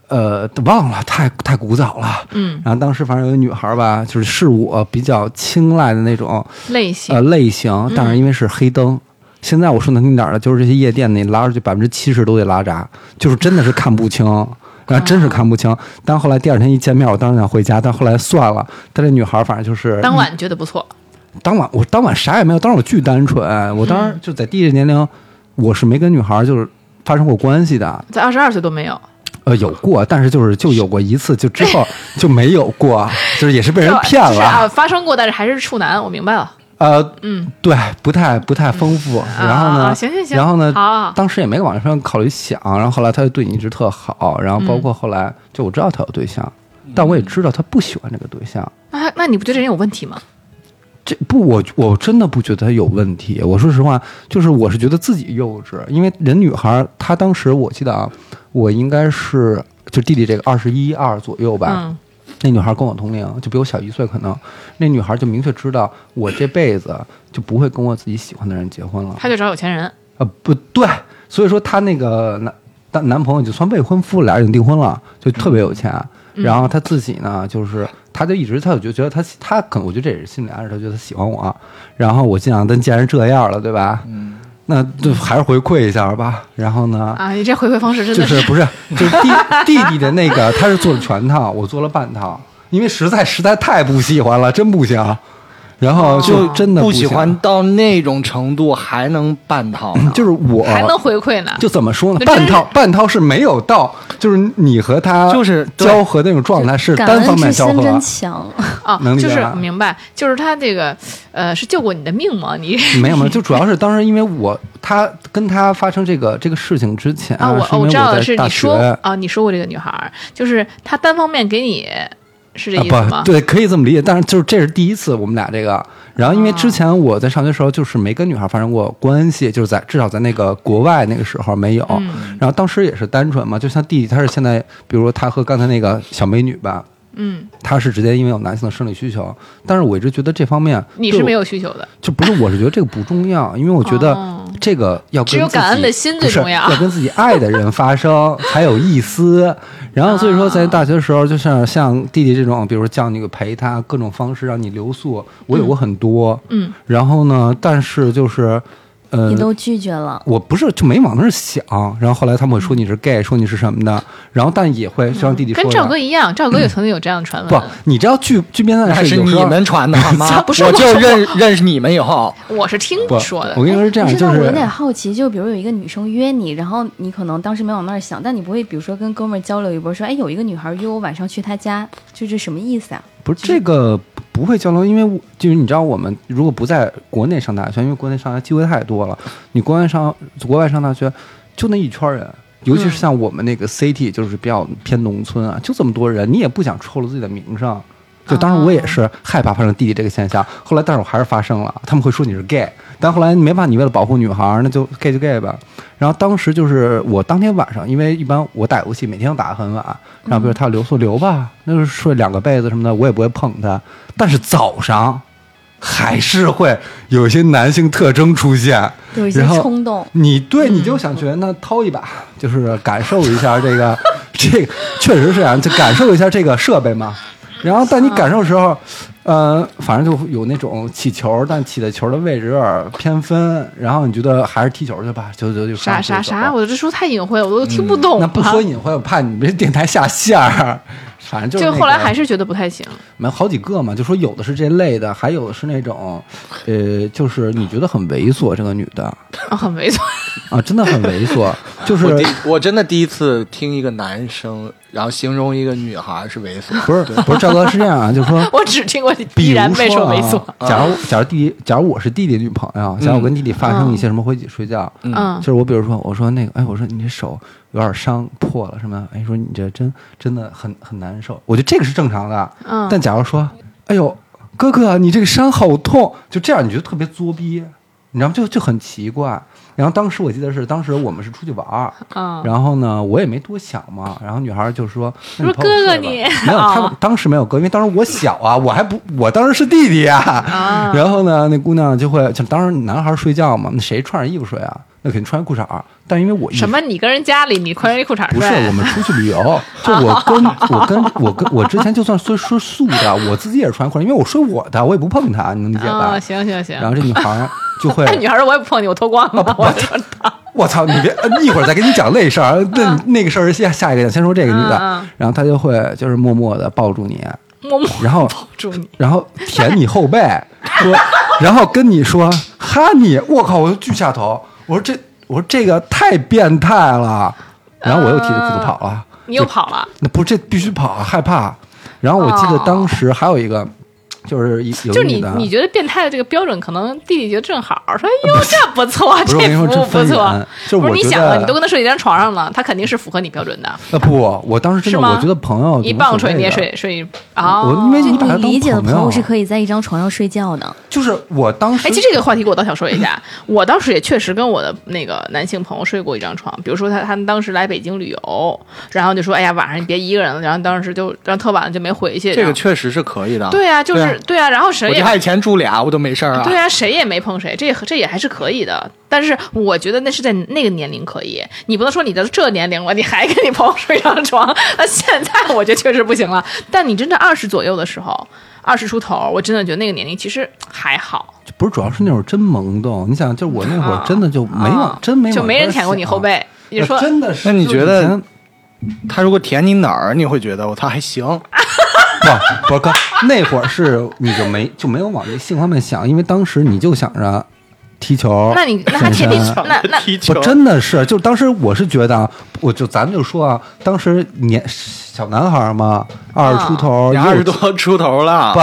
呃，忘了，太太古早了。嗯，然后当时反正有一女孩儿吧，就是是我比较青睐的那种类型、呃类型，嗯但是因为是黑灯。现在我说难听点儿的，就是这些夜店，你拉出去百分之七十都得拉闸，就是真的是看 *laughs* 不清，哦然后真是看不清。但后来第二天一见面，我当时想回家，但后来算了。但这女孩儿反正就是嗯当晚觉得不错，当晚我当晚啥也没有，当时我巨单纯，嗯我当时就在弟弟这年龄，我是没跟女孩儿就是发生过关系的，在二十二岁都没有，呃，有过，但是就是就有过一次，*laughs* 就之后就没有过，就是也是被人骗就是啊，了发生过，但是还是处男，我明白了。啊、呃，嗯，对，不太不太丰富。然后啊呢，行行行，然后呢好好，当时也没往这上考虑想，然后后来他就对你一直特好，然后包括后来就我知道他有对象，嗯但我也知道他不喜欢这个对象。那他那你不觉得这人有问题吗？这不，我我真的不觉得他有问题。我说实话，就是我是觉得自己幼稚，因为人女孩儿她当时我记得啊，我应该是就弟弟这个二十一二左右吧，嗯那女孩跟我同龄，就比我小一岁，可能那女孩就明确知道我这辈子就不会跟我自己喜欢的人结婚了。他就找有钱人，啊，不对，所以说她那个男男男朋友就算未婚夫，俩人已经订婚了，就特别有钱。嗯然后她自己呢，就是她就一直，她就觉得她她可能我觉得这也是心理暗示，她觉得她喜欢我。然后我尽量，但既然这样了，对吧？嗯，那就还是回馈一下吧。然后呢，啊，你这回馈方式真就的是不是就是弟弟弟的那个，他是做了全套，我做了半套，因为实在实在太不喜欢了，真不行。然后哦就真的不行喜欢，到那种程度还能半套呢，就是我还能回馈 *laughs* 呢，哦就怎么说呢？那真半是套半套是没有到，就是你和他就是对交合的那种状态是感单方恩面之交心合啊真，强，啊，能理就解是吧明白，就是他这个呃是救过你的命吗？你没有没有，就主要是当时因为我他跟他发生这个这个事情之前啊，我是因我为知道在的是大你说学啊，你说过这个女孩儿，就是她单方面给你是这意思啊吗？不对，可以这么理解。但是就是这是第一次我们俩这个。然后因为之前我在上学的时候就是没跟女孩发生过关系，就是在至少在那个国外那个时候没有。嗯然后当时也是单纯嘛，就像弟弟他是现在，比如说他和刚才那个小美女吧，嗯，他是直接因为有男性的生理需求，但是我一直觉得这方面你对是我没有需求的，就不是，我是觉得这个不重要，因为我觉 *laughs* 得哦这个要跟只有自己感恩的心最重要 *laughs* 不是要跟自己爱的人 *laughs* 发生才有意思。然后所啊以说，在大学的时候，就像像弟弟这种，比如说叫你陪他，各种方式让你留宿，我有过很多。嗯嗯然后呢，但是就是，呃你，都拒绝了。我不是就没往那儿想。然后后来他们会说你是 gay，说你是什么的，然后但也会就像弟弟嗯说跟的，赵哥一样，赵哥也曾经有这样的传闻。不，你知道剧剧变态还是是有时你候们传的好 *laughs* 吗？不是我就我认认识你们以后，我是听不说的我。跟你说是这样，不就是那我有点好奇，就比如有一个女生约你，然后你可能当时没往那儿想，但你不会比如说跟哥们儿交流一波，说哎有一个女孩约我晚上去她家，就这什么意思啊？不是这个不会交流，因为我就是你知道，我们如果不在国内上大学，因为国内上大学机会太多了，你国外上国外上大学就那一圈人。尤其是像我们那个 CT，就是比较偏农村啊，就这么多人，你也不想臭了自己的名声。就当时我哦也是害怕发生弟弟这个现象，后来但是我还是发生了，他们会说你是 gay，但后来没办法，你为了保护女孩儿，那就 gay 就 gay 吧。然后当时就是我当天晚上，因为一般我打游戏每天都打得很晚，然后嗯比如他留宿留吧，那就是睡两个被子什么的，我也不会碰他。但是早上还是会有一些男性特征出现，有一些然后冲动，你对你就想去那掏一把，就是感受一下这个这个，确实是啊，就感受一下这个设备嘛。然后，但你感受的时候，呃，反正就有那种起球，但起的球的位置有点偏分，然后你觉得还是踢球去吧，就就就啥啥就走啥，我这说太隐晦了，我都听不懂、啊啊嗯那不说隐晦，我怕你们这电台下线儿。 *laughs* 反正就是就那个后来还是觉得不太行。 *laughs* 没有好几个嘛，就说有的是这类的，还有的是那种，呃，就是你觉得很猥琐这个女的啊，很猥琐。。啊，真的很猥琐，就是我第 *laughs* 我真的第一次听一个男生，然后形容一个女孩是猥琐，不是不是赵哥是这样啊，就是说 *laughs* 我只听过比必如然被说说猥琐。啊，假如假如弟弟，假如我是弟弟女朋友，假如我跟弟弟发生一些什么会一起睡觉，嗯嗯就是我比如说我说那个，哎，我说你这手有点伤破了什么，哎，说你这真真的很很难受，我觉得这个是正常的，嗯但假如说，哎呦，哥哥，你这个伤好痛，就这样，你就特别作逼，你知道吗？就就很奇怪。然后当时我记得是，当时我们是出去玩儿，嗯，然后呢，我也没多想嘛。然后女孩就说：“那你说陪我哥哥睡吧你没有，哦他们当时没有哥，因为当时我小啊，我还不，我当时是弟弟啊。然后呢，那姑娘就会，就当时男孩睡觉嘛，那谁穿着衣服睡啊？那肯定穿着裤衩儿。但因为我一什么？你跟人家里你宽衣裤衩不是睡 *laughs* 我们出去旅游，就我跟我跟我跟我之前就算说说素的，我自己也是穿裤衩，因为我睡我的，我也不碰她，你能理解吧啊？？行行行，然。后这女孩儿就会哦那女孩说我也不碰你，我脱光了，我穿她。我操，你别呃一会儿再跟你讲那事儿，那那个事儿是下下一个，先说这个女嗯的嗯，然后她就会就是默默的抱住你，默默然后抱住你，然后舔你后背，说，然后跟你说哈你，我靠，我就巨下头，我说这我说这个太变态了，然后我又提着裤子跑了。嗯你又跑了。那不是这必须跑啊，害怕。然后我记得当时还有一个，就是一有哦就一你女的，你觉得变态的这个标准，可能弟弟觉得正好， *laughs* 说哎呦这不错，不是我跟你说服务这不分错人。就是不是我你觉想得啊，你都跟他睡一张床上了，他肯定是符合你标准的，啊不，我当时真是的吗我觉得朋友一哦怎么棒所槌谓你也的睡睡啊。我因为你把他你当理解的朋友友是可以在一张床上睡觉的，就是我当时哎，其实这个话题我倒想说一下，我当时也确实跟我的那个男性朋友睡过一张床。比如说他他们当时来北京旅游，然后就说：“哎呀，晚上你别一个人了。”然后当时就让特晚了就没回去。这然个后确实是可以的。对啊，就是对啊，然后谁我也家以前住俩，我都没事儿啊。对啊，谁也没碰谁，这也这也还是可以的。但是我觉得那是在那个年龄可以，你不能说你到这年龄了，你还跟你朋友睡张床。那现在我觉得确实不行了。但你真的二十左右的时候，二十出头，我真的觉得那个年龄其实还好，不是主要是那会儿真懵懂，你想，就我那会啊儿真的就没往、啊真没往就没人这儿舔过你想后，背。你我说真的是？那你就是觉得以前他如果舔你哪儿，你会觉得我操还行。啊不不是哥，那会儿是你就没就没有往这性方面想，因为当时你就想着踢球，那你那他健天地身那那 *laughs* 踢球我真的是，就当时我是觉得啊，我就咱们就说啊，当时年小男孩嘛，二十出头，你啊又二十多出头啊了，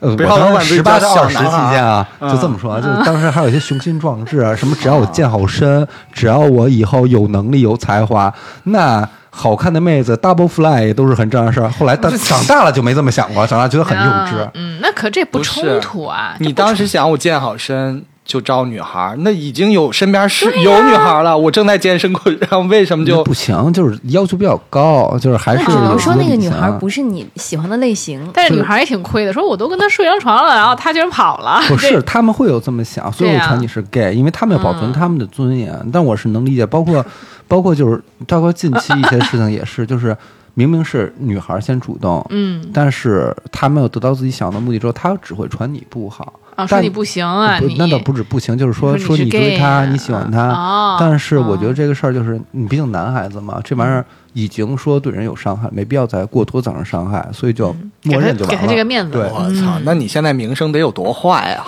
不，呃，不要老管自己十八叫到小二十男期孩间啊，嗯就这么说，就当时还有一些雄心壮志啊，什么只要我健好身，只要我以后有能力有才华，那好看的妹子 double fly 都是很正常的事儿。*laughs* 后来但长大了就没这么想过，长大觉得很幼稚啊。嗯，那可这不不是冲突啊。你当时想我健好身就招女孩儿，那已经有身 *laughs* 边是、有女孩儿了，我正在健身过程，然后为什么那就嗯不行，就是要求比较高，就是还那是只能说有那一个些女不行孩不是你喜欢的类型。但是女孩也挺亏的，说我都跟他睡张床了，然后他居然跑了。 *laughs* 不是，他们会有这么想，所以对我啊传你是 gay，、因为他们要保存嗯他们的尊严。但我是能理解，*laughs* 包括包括就是包括近期一些事情也是， *laughs* 就是明明是女孩先主动，嗯但是她没有得到自己想要的目的之后，她只会传你不好。啊，说但你不行啊，不你那倒不止不行，就是说你说说你是你追 gay 她，啊你喜欢她。哦但是我哦觉得这个事儿就是，你毕竟男孩子嘛，这玩嗯意儿已经说对人有伤害，没必要再过多造成伤害，所以就默认就完给了。他这个面子对，我嗯操？那你现在名声得有多坏啊？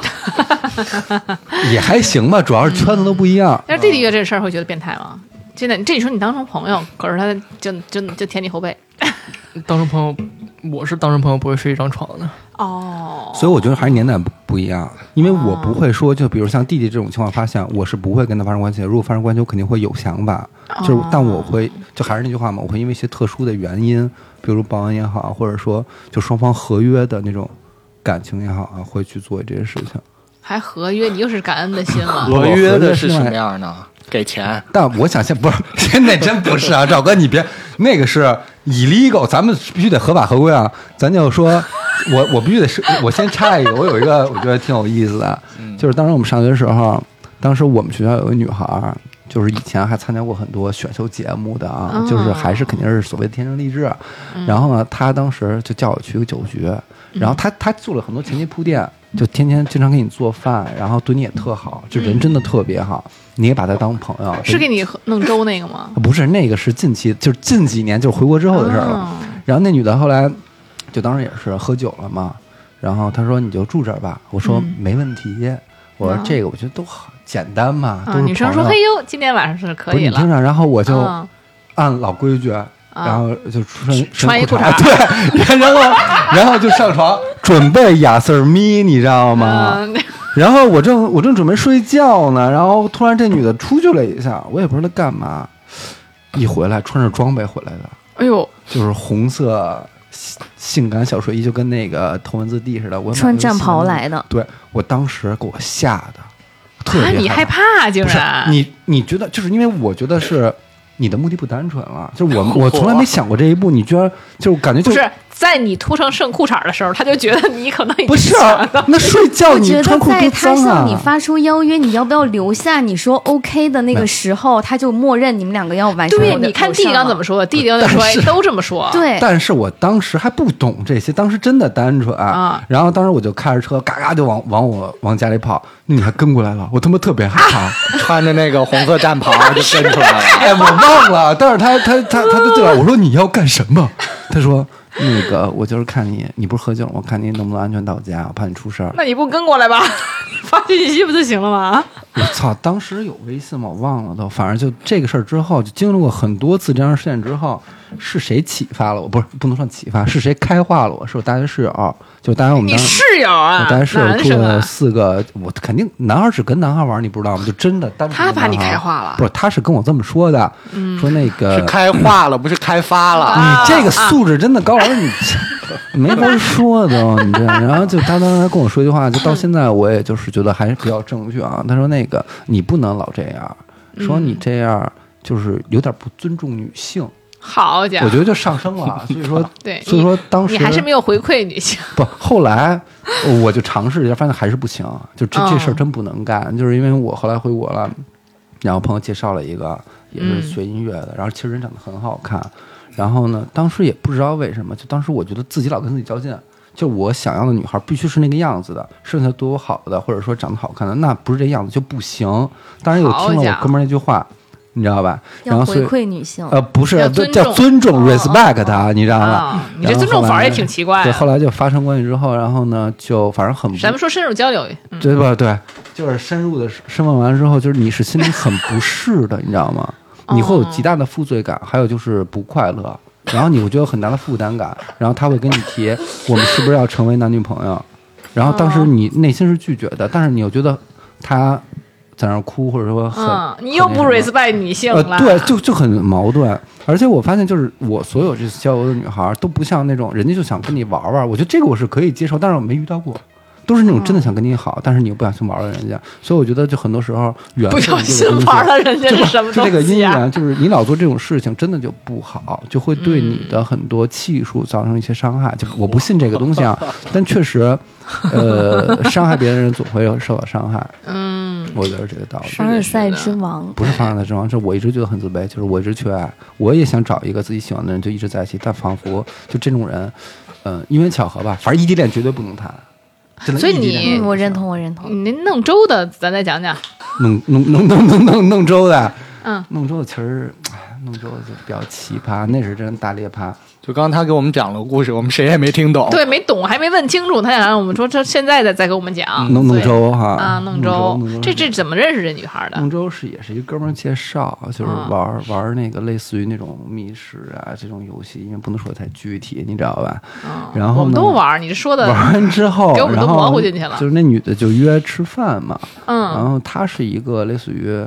也还行吧，主要是圈子都不一样。但是弟弟遇到这事儿会觉得变态吗？真的，这你说你当成朋友，可是他就就就舔你后背当成朋友，我是当成朋友不会睡一张床的。哦。所以我觉得还是年代不不一样，因为我不会说，就比如像弟弟这种情况发现，我是不会跟他发生关系的。如果发生关系，我肯定会有想法，就是但我会就还是那句话嘛，我会因为一些特殊的原因，比如保安也好，或者说就双方合约的那种感情也好啊，会去做这些事情。还合约，你又是感恩的心了。我合约合的约是是什用么来样呢？给钱。但我想先不是， *laughs* 那真不是啊，赵哥，你别那个是 illegal，咱们必须得合法合规啊。咱就说，我我必须得是，我先插一个，我有一个我觉得挺有意思的，就是当时我们上学的时候，当时我们学校有个女孩儿，就是以前还参加过很多选秀节目的啊，就是还是肯定是所谓的天生丽质。啊嗯然后呢，她当时就叫我去个酒局，然后她她做了很多前期铺垫，就天天经常给你做饭，然后对你也特好，就人真的特别好。你也把她当朋友，是给你喝弄粥那个吗？不是那个是近期，就是近几年，就是回国之后的事儿了。哦然后那女的后来就当时也是喝酒了嘛，然后她说你就住这儿吧，我说嗯没问题，我说啊这个我觉得都好简单嘛，都啊，是女生朋说：“友嘿呦，今天晚上是可不是以你了。听着，然后我就嗯”按老规矩。然后就穿穿一裤裤衩，衩 *laughs* 对，然后然后就上床准备亚瑟咪，你知道吗？嗯，然后我正我正准备睡觉呢，然后突然这女的出去了一下，我也不知道她干嘛，一回来穿着装备回来的，哎呦，就是红色性性感小睡衣，就跟那个头文字 D 似的。我买穿了一个战袍新的来的对我当时给我吓的，特啊，别你害怕。怕竟不是啊然？你，你觉得就是因为我觉得是你的目的不单纯了，就是哦我我从来没想过这一步，你居然就感觉就不是在你秃成剩裤衩的时候，他就觉得你可能已经不是啊想到那睡觉我觉你穿得裤在多他脏向啊！你发出邀约，你要不要留下？你说 OK 的那没个时候，他就默认你们两个要完成。 *laughs* 对，你看弟弟刚怎么说，弟弟刚就说哎都这么说，对，但是我当时还不懂这些，当时真的单纯啊然后当时我就开着车，嘎嘎就往往我往家里跑，那女孩跟过来了，我他妈特别害啊怕。穿着那个红色战袍就跟出来了。哎，我忘了，但是她她她她就对我说你要干什么？她说那个我就是看你，你不是喝酒了，我看你能不能安全到家，我怕你出事儿。 *laughs* 那你不跟过来吧？发信息不就行了吗？ *laughs* 我操，当时有微信吗？我忘了都。反正就这个事儿之后，就经历过很多次这样的事件之后，是谁启发了我？不是，不能算启发，是谁开化了我？是我大学室友，就大学我们你当室友我啊，大学室友男住生了啊，四个，我肯定男孩只跟男孩玩，你不知道吗？就真的单纯他的把你男孩开化了嗯不是，他是跟我这么说的，说那个是开化了，不是开发啊了。嗯你哎这个素质真的高，老师你 *laughs* 这没法说都，你这样。然后就他当时跟我说一句嗯话，就到现在我也就是觉得还是比较正确啊。他说那个你不能老这样，嗯说你这样就是有点不尊重女性，好家我觉伙，得就上升了。啊所以说， *laughs* 对所以说当时你还是没有回馈女性，不，后来我就尝试了一下，发现还是不行，就这哦这事儿真不能干，就是因为我后来回国了，然后朋友介绍了一个也是学音乐的，然后其实人长得很好看，然后呢，当时也不知道为什么，就当时我觉得自己老跟自己较劲。就我想要的女孩必须是那个样子的，身材多好的，或者说长得好看的，那不是这样子就不行。当然有好听了家我伙哥们儿那句话，你知道吧？然要后所回以馈女性。呃不是要尊重叫尊重哦 respect 他，你知道吧？啊，你这尊重法儿也挺奇怪对，后的。来就发生关系之后，然后呢，就反正很不咱们说深入交流，嗯，对吧？对，就是深入的深问完之后，就是你是心里很不适的，你知道吗？你会有极大的负罪感，还有就是不快乐，然后你会觉得有很大的负担感，然后他会跟你提我们是不是要成为男女朋友，然后哦当时你内心是拒绝的，但是你又觉得他在那儿哭，或者说很，嗯，你又很那不什么 respect 女性呃了，，对，就就很矛盾。而且我发现，就是我所有这次交流的女孩儿都不像那种人家就想跟你玩玩，我觉得这个我是可以接受，但是我没遇到过，都是那种真嗯的想跟你好，但是你又不小心玩了人家，所以我觉得就很多时候缘不分这小个心东西玩了人家就是不什么就东这个姻西啊？缘，就是你老做这种事情，真的就不好，就会对你嗯的很多气数造成一些伤害。就我不信这个东西啊，但确实， *laughs* 呃，伤害别人的人总会有受到伤害，嗯，我觉得这个道理。凡尔赛之王，不是凡尔赛之王，这我一直觉得很自卑，就是我一直缺爱，我也想找一个自己喜欢的人，就一直在一起，但仿佛就这种人，嗯、因缘巧合吧，反正异地恋绝对不能谈。真的所以异地恋你绝对嗯，不我认能同，我认同。你那弄粥的，咱再讲讲。哦弄弄弄弄弄弄弄粥的，嗯，弄粥的其实，哎，弄粥的就比较奇葩，那是真大裂趴。就刚刚他给我们讲了个故事，我们谁也没听懂。对，没懂，还没问清楚，他想让我们说，这现在再再给我们讲。嗯弄弄对粥哈啊，弄弄粥弄，这这怎么认识这女孩的孟？州是也是一哥们儿介绍，就是嗯玩、玩那个类似于那种密室啊这种游戏，因为不能说太具体，你知道吧？嗯然后呢我们都玩儿，你说的， *laughs* 玩完之后，给我们都然后模糊进去了就是那女的就约吃饭嘛，然嗯后她是一个类似于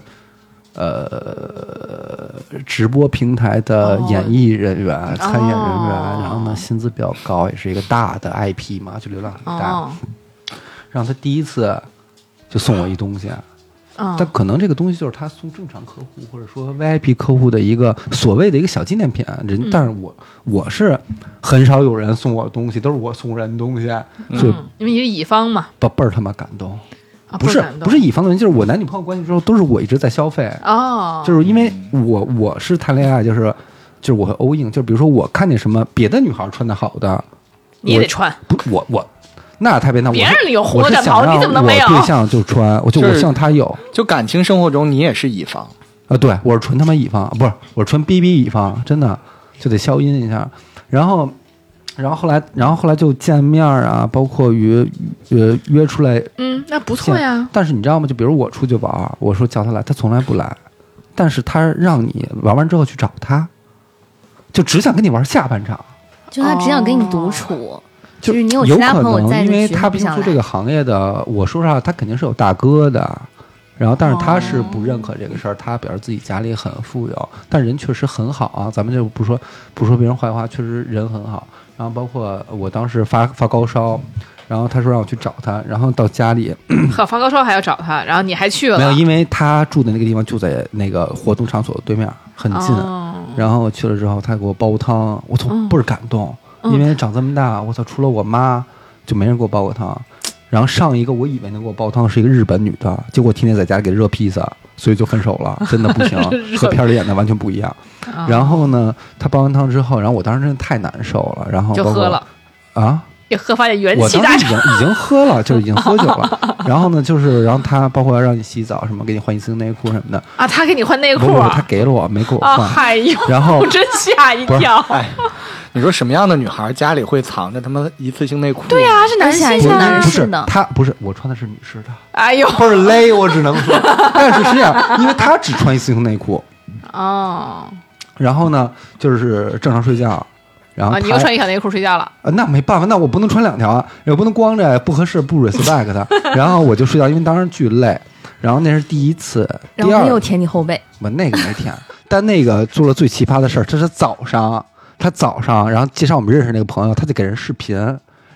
呃直播平台的演艺人员、参演人员，哦然后呢薪资比较高，也是一个大的 IP 嘛，就流量很大。哦然后她第一次就送我一东西，啊但嗯，可能这个东西就是他送正常客户或者说 VIP 客户的一个所谓的一个小纪念品，啊嗯人，但是我我是很少有人送我东西，都是我送人东西，啊所以嗯因为你是乙方嘛，倍倍儿他妈感动。啊不是感动不是乙方的原因，就是我男女朋友关系之后都是我一直在消费，哦，就是因为我我是谈恋爱就是就是我会 all in，就比如说我看见什么别的女孩穿的好的，你也我得穿，不我我那太别那我别是人有活的我是战袍想让你怎么能没有我对象就穿，我就就我是希望他有。就感情生活中，你也是 *laughs* 乙方，啊，对我是纯他妈乙方，不是我是纯逼逼乙方，真的就得消音一下。然后，然后后来，然后后来就见面儿啊，包括约呃约出来嗯，那不错见呀，但是你知道吗？就比如我出去玩儿，我说叫他来，他从来不来，但是他让你玩完之后去找他，就只想跟你玩下半场。就他只想跟你独处，哦就就是你有有其他可朋友能在因那为群他不毕竟想做这来个行业的，我说实话，他肯定是有大哥的。然后，但是他是不认可这个事儿，他表示自己家里很富有，但人确实很好啊。咱们就不说不说别人坏话，确实人很好。啊然后包括我当时发发高烧，然后他说让我去找他，然后到家里呵，发高烧还要找他，然后你还去了，没有，因为他住的那个地方就在那个活动场所对面，很近。哦，然后去了之后，他给我煲汤，我操，倍儿感动，因为长这么大，我操，除了我妈，就没人给我煲过汤。然后上一个我以为能给我煲汤是一个日本女的，结果天天在家里给热披萨，所以就分手了，真的不行和片里演的完全不一样。然后呢，他煲完汤之后，然后我当时真的太难受了，然后就包括喝了，啊，也喝发现元我气当哎大时已伤经，已经 *laughs* 喝了，就是已经喝酒了。然后呢，就是然后他包括让你洗澡什么，给你换一次性内裤什么的，啊，他给你换内不裤不，啊他给了我，没给我啊，换。嗨呦，然后我真吓一不是跳，哎你说什么样的女孩家里会藏着他妈一次性内裤？对呀、是男而且还性是向男啊不！是是的他不是我穿的是女士的，哎呦，倍儿勒，我只能 *laughs* 说，但是是这样，因为他只穿一次性内裤，哦，然后呢就是正常睡觉，然后啊，他你又穿一条内裤睡觉了，啊，那没办法，那我不能穿两条啊，也不能光着，不合适，不 respect 他。 *laughs* 然后我就睡觉，因为当时巨累。然后那是第一次，然第后他二又舔你后背，我那个没舔， *laughs* 但那个做了最奇葩的事儿，这是早上，他早上，然后介绍我们认识那个朋友，他就给人视频，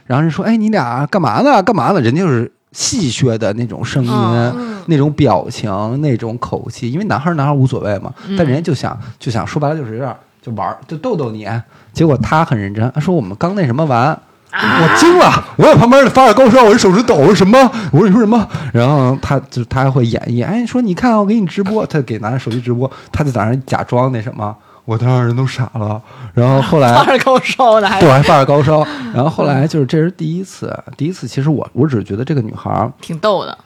然后人说，哎，你俩干嘛呢？干嘛呢？人家就是戏谑的那种声音，那种表情，那种口气，因为男孩儿男孩儿无所谓嘛，但人家就想就想说白了就是有点儿就玩儿就逗逗你，结果他很认真，他说我们刚那什么完。我惊了，我在旁边发着高烧，我这手直抖，我说什么？我说你说什么？然后他就他还会演绎，哎，说你看我给你直播，他给拿着手机直播，他就在那儿假装那什么，我当时人都傻了。然后后来当着够瘦的，还对，还发着高烧。然后后来就是这是第一次，第一次其实我我只是觉得这个女孩儿，挺逗的。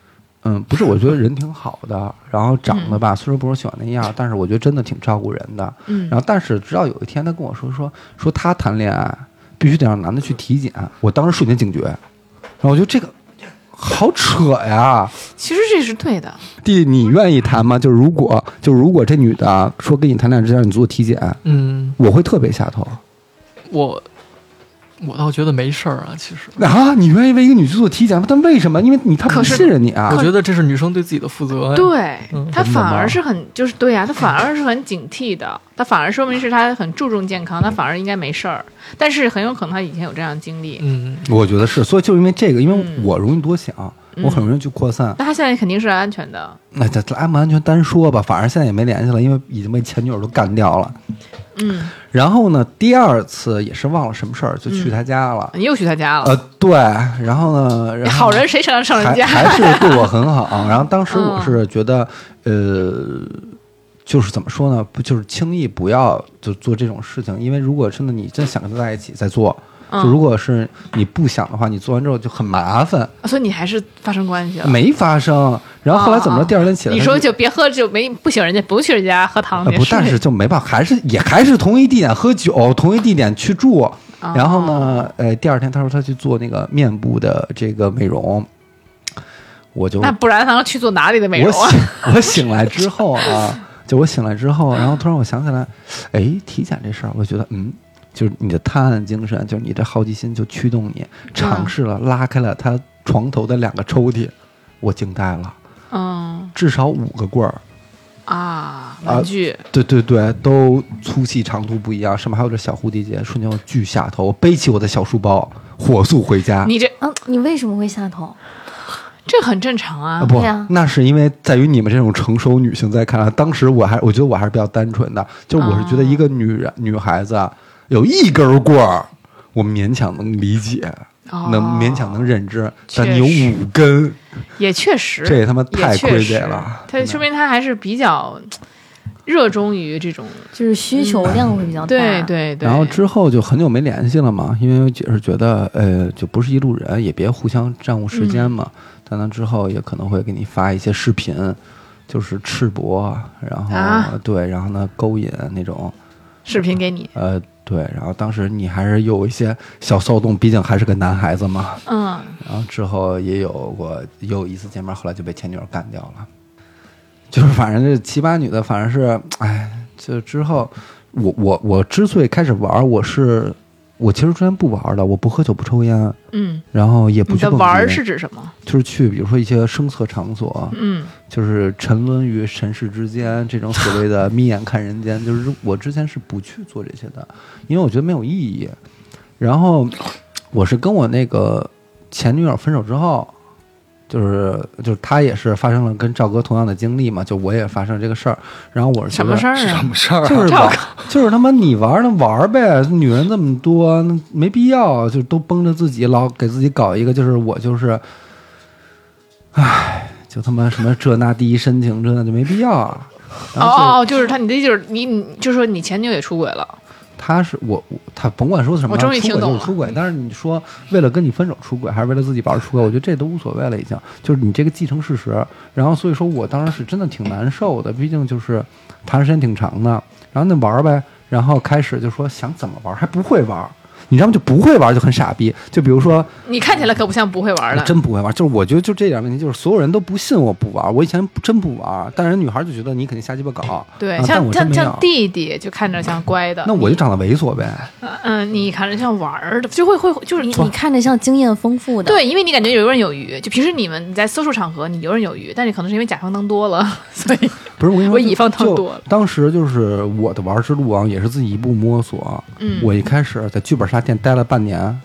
嗯，不是，我觉得人挺好的，然后长得吧，虽然不是我喜欢那样，但是我觉得真的挺照顾人的。嗯然后但是直到有一天，她跟我说说说她谈恋爱必须得让男的去体检，我当时瞬间警觉，然后我觉得这个好扯呀。其实这是对的，弟，你愿意谈吗？就是如果就如果这女的说跟你谈恋爱之前你做体检，嗯，我会特别下头。我我倒觉得没事儿啊，其实啊，你愿意为一个女去做体检吗？但为什么？因为你她不可是信任你啊。我觉得这是女生对自己的负哎责。，对嗯他真的反吗而是很就是对呀、他反而是很警惕的，他反而说明是他很注重健康，他反而应该没事儿。但是很有可能他以前有这样的经历，嗯，我觉得是，所以就因为这个，因为嗯我容易多想，我很容易去扩散。那他现在肯定是安全的。那这这安不安全单说吧，反正现在也没联系了，因为已经被前女友都干掉了。嗯，然后呢，第二次也是忘了什么事儿，就去他家了。你又去他家了呃，，对，然后呢，然你后哎好人谁上上人还家？ *laughs* 嗯还是对我很好。然后当时我是觉得，呃，就是怎么说呢，不就是轻易不要就做这种事情，因为如果真的你真想跟他在一起再做，嗯就如果是你不想的话，你做完之后就很麻烦，所以你还是发生关系了。没发生。然后后来怎么哦着，哦第二天起来你他说就别喝，就没不请人家，不去人家喝汤呃去。不，但是就没办法，还是也还是同一地点喝酒，同一地点去哦住。然后呢，呃，第二天他说他去做那个面部的这个美容，我就那不然他要去做哪里的美我容啊？醒我醒来之后啊，就我醒来之后，然后突然我想起来，哎，体检这事儿，我觉得嗯。就是你的探案精神，就是你的好奇心，就驱动你嗯尝试了，拉开了他床头的两个抽屉，我惊呆了，嗯至少五个棍儿，啊，玩具对对对，都粗细长度不一样，上面还有这小蝴蝶结，瞬间我巨下头，我背起我的小书包，火速回家。你这嗯，你为什么会下头？这很正常啊啊。不对啊，那是因为在于你们这种成熟女性在看来，当时我还我觉得我还是比较单纯的，就是我是觉得一个女人、女孩子啊有一根棍儿，我勉强能理解，哦能勉强能认知，确但你有实五根，也确实，这也他妈太确亏实待了他真的说明他还是比较热衷于这种，就是需求嗯量会比较大。对对对。然后之后就很久没联系了嘛，因为也是觉得呃，就不是一路人，也别互相占误时间嘛。嗯但他之后也可能会给你发一些视频，就是赤膊，然后、啊对，然后呢勾引那种，视频给你，呃，对，然后当时你还是有一些小骚动，毕竟还是个男孩子嘛。嗯，然后之后也有过也有一次见面，后来就被前女友干掉了。 *laughs* 就是反正这奇葩女的，反正是哎，就之后我我我之所以开始玩，我是我其实之前不玩的，我不喝酒不抽烟，嗯，然后也不你去的蹦玩儿迪是指什么？就是去比如说一些声色场所，嗯，就是沉沦于尘世之间这种所谓的眯眼看人间，就是我之前是不去做这些的，因为我觉得没有意义。然后我是跟我那个前女友分手之后，就是就是她也是发生了跟赵哥同样的经历嘛，就我也发生了这个事儿，然后我是觉什得么事儿什啊？么事儿、啊？就是赵玩， *laughs* 就是他妈你玩儿那玩儿呗，女人这么多，那没必要，就都绷着自己，老给自己搞一个，就是我就是，唉，就他妈什么这那第一深情，这那就没必要。然后就哦哦，就是他，你的意思就是你，你就是说你前女友也出轨了，他是我，我他甭管说什么，我终于出听轨懂就是了出轨。但是你说为了跟你分手出轨，还是为了自己玩儿出轨，我觉得这都无所谓了，已经。就是你这个既成事实，然后所以说我当时是真的挺难受的，毕竟就是谈时间挺长的，然后那玩儿呗，然后开始就说想怎么玩还不会玩，你知道吗？就不会玩就很傻逼。就比如说你看起来可不像不会玩我的，啊真不会玩，就是我觉得就这点问题，就是所有人都不信我不玩，我以前真不玩，但是女孩就觉得你肯定瞎鸡巴搞，对，啊、但像我真像没有像。弟弟就看着像乖的，那我就长得猥琐呗，嗯，你看着像玩儿的，就会会就是你你看着像经验丰富的，，对，因为你感觉游刃有余。就平时你们你在搜索场合你游刃有余，但你可能是因为甲方当多了，所以不是我跟你说，我乙方就太多了当时就是我的玩之路啊，也是自己一步摸索。啊嗯我一开始在剧本杀店待了半年，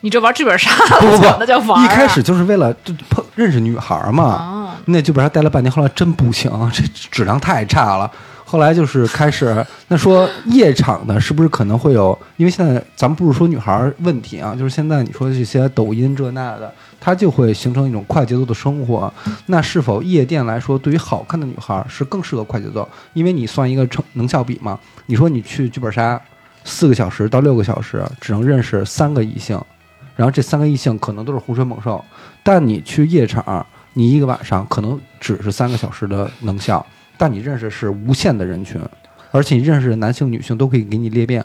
你这玩剧本杀 *laughs* 不不了，不，那叫玩儿啊。一开始就是为了就碰认识女孩嘛。啊，那剧本杀待了半年，后来真不行，这质量太差了。后来就是开始，那说夜场呢，是不是可能会有？因为现在咱们不是说女孩问题啊，就是现在你说这些抖音这那的，它就会形成一种快节奏的生活。那是否夜店来说，对于好看的女孩是更适合快节奏？因为你算一个成能效比嘛，你说你去剧本杀四个小时到六个小时，只能认识三个异性，然后这三个异性可能都是洪水猛兽，但你去夜场，你一个晚上可能只是三个小时的能效，但你认识是无限的人群，而且你认识的男性、女性都可以给你裂变，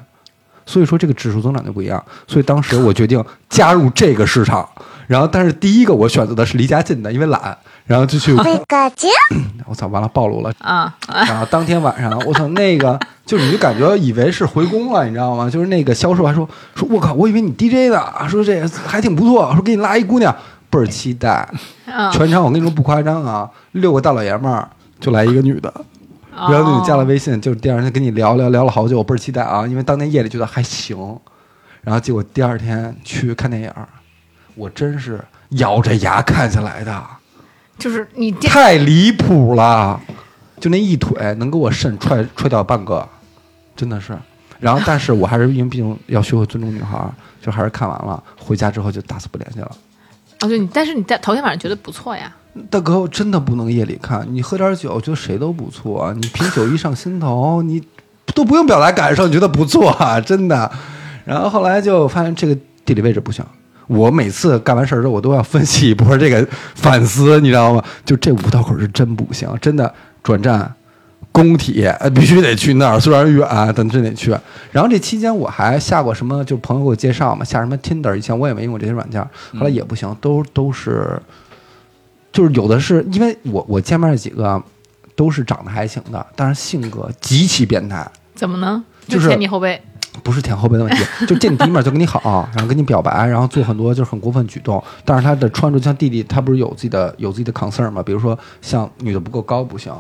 所以说这个指数增长就不一样。所以当时我决定加入这个市场，然后但是第一个我选择的是离家近的，因为懒，然后就去， *clears throat* 我操，完了暴露了。啊，然后当天晚上，我操，那个就是你就感觉以为是回宫了，你知道吗？就是那个销售还说说，我靠，我以为你 DJ 呢，说这还挺不错，说给你拉一姑娘，倍儿期待。啊全场我跟你说不夸张啊，六个大老爷们儿就来一个女的，然后给你加了微信，就是第二天跟你聊聊聊了好久，我倍儿期待啊，因为当天夜里觉得还行，然后结果第二天去看电影儿，我真是咬着牙看下来的，就是你电太离谱了，就那一腿能给我肾踹踹掉半个，真的是。然后，但是我还是因为毕竟要学会尊重女孩儿，就还是看完了，回家之后就打死不联系了。啊，对，你但是你在头天晚上觉得不错呀，大哥，我真的不能夜里看。你喝点酒，我觉得谁都不错啊。你品酒一上心头，你都不用表达感受，你觉得不错啊，真的。然后后来就发现这个地理位置不行。我每次干完事儿之后，我都要分析一波这个反思，你知道吗？就这五道口是真不行，真的转站。工体呃必须得去那儿，虽然远，但真得去。然后这期间我还下过什么，就是朋友给我介绍嘛，下什么 Tinder，以前我也没用过这些软件，后来也不行，都都是就是有的是因为我我见面几个都是长得还行的，但是性格极其变态，怎么呢？就是前你后背，不是舔后背的问题，就见你第一面就跟你好，然后跟你表白，然后做很多就是很过分举动，但是他的穿着像弟弟，他不是有自己的有自己的 concern 吗？比如说像女的不够高不行，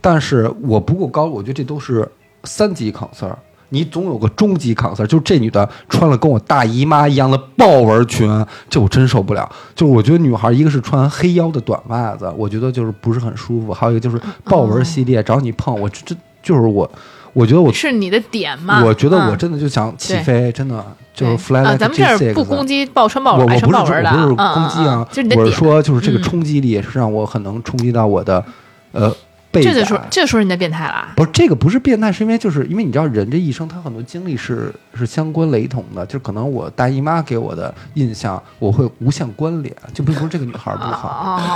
但是我不够高，我觉得这都是三级 concern。你总有个中级 concern，就是这女的穿了跟我大姨妈一样的豹纹裙，这我真受不了。就是我觉得女孩一个是穿黑腰的短袜子，我觉得就是不是很舒服；还有一个就是豹纹系列，找你碰我这这就是我，我觉得我是你的点嘛？我觉得我嗯真的就想起对飞，真的就是对 fly 啊 like 咱们这 G 儿 six。不攻击爆穿爆我我文爱不是穿爆文说我的啊，不是嗯攻击嗯啊嗯，就是你的我是点。说就是这个嗯冲击力是让我很能冲击到我的，呃，倍这感就。说这就说人家变态啊啦，不是这个不是变态，是因为就是因为你知道人这一生他很多经历是是相关雷同的，就是可能我大姨妈给我的印象我会无限关联，就并不是这个女孩不好，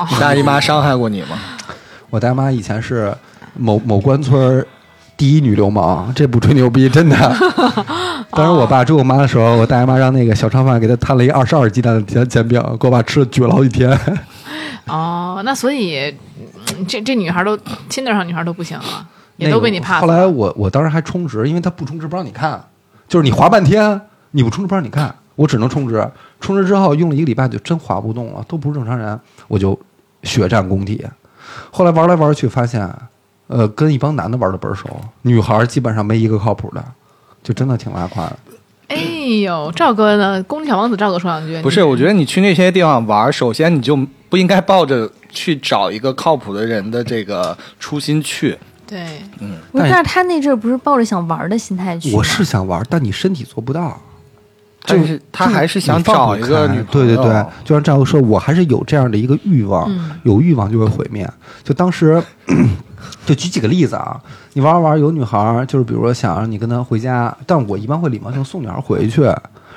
哦，你大姨妈伤害过你吗？我大妈以前是某某关村儿第一女流氓，这不吹牛逼，真的。当时我爸追我妈的时候，我大姨妈让那个小商贩给她摊了一二十二鸡蛋的煎煎饼，给我爸吃了撅了好几天。哦，那所以嗯这这女孩都 Tinder 上女孩都不行了，也那都个被你 pass 后了。来我我当时还充值，因为他不充值不让你看，就是你划半天，你不充值不让你看，我只能充值。充值之后用了一个礼拜就真划不动了，都不是正常人，我就血战工体。后来玩来玩去发现，呃，跟一帮男的玩的倍儿熟，女孩儿基本上没一个靠谱的，就真的挺拉胯的。哎呦，赵哥呢？公主小王子赵哥说两句。不是，我觉得你去那些地方玩，首先你就不应该抱着去找一个靠谱的人的这个初心去。对，不是但但是他那阵儿不是抱着想玩的心态去吗，我是想玩，但你身体做不到。但是他还是想找一个女朋对友，对对，就像赵哥说，我还是有这样的一个欲望，嗯有欲望就会毁灭。就当时，就举几个例子啊，你玩着玩着有女孩儿，就是比如说想让你跟她回家，但我一般会礼貌性送女孩儿回去。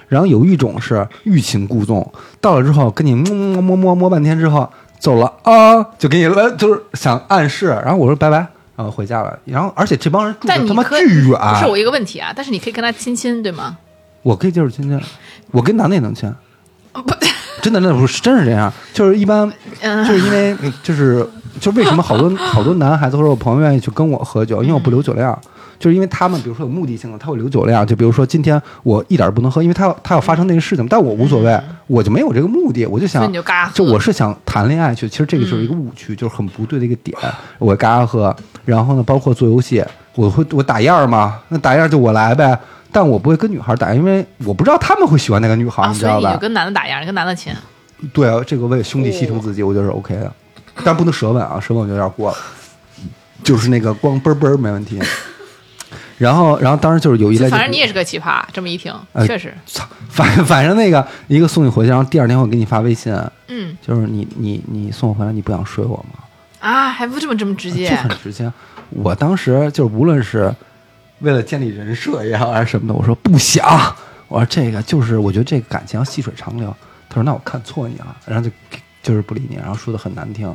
然后有一种是欲擒故纵，到了之后跟你摸摸摸摸摸半天之后走了啊，就给你了，就是想暗示，然后我说拜拜，呃，回家了。然后，而且这帮人住但的你他妈可巨远，不是我一个问题啊，但是你可以跟他亲亲，对吗？我可以接受亲亲，我跟男的也能亲。哦 *laughs* 真的，那不是真是这样，就是一般，嗯就是因为就是就为什么 *laughs* 好多好多男孩子或者我朋友愿意去跟我喝酒，因为我不留酒量，就是因为他们比如说有目的性的，他会留酒量，就比如说今天我一点儿不能喝，因为他要他要发生那个事情，但我无所谓，我就没有这个目的，我就嗯所以想你就嘎喝就我是想谈恋爱去，其实嗯这个就是一个误区，就是很不对的一个点，我嘎嘎喝，然后呢，包括做游戏，我会我打样嘛，那打样就我来呗。但我不会跟女孩打，因为我不知道他们会喜欢哪个女孩，啊，你知所以道你吧？就跟男的打样，你跟哦男的亲。对啊，这个为兄弟牺牲自己，我觉得是 OK 的，但不能舌吻啊，舌吻我觉得有点过了，就是那个光嘣嘣没问题。然后，然后当时就是有一类，反正你也是个奇葩，这么一听，呃确实， *laughs* 操，反反正那个一个送你回去，然后第二天我给你发微信，嗯就是你你你送我回来，你不想睡我吗？啊，还不这么这么直接就，很直接。我当时就是无论是为了建立人设也好还是什么的，我说不想，我说这个就是我觉得这个感情要细水长流。他说那我看错你了，然后就就是不理你，然后说的很难听。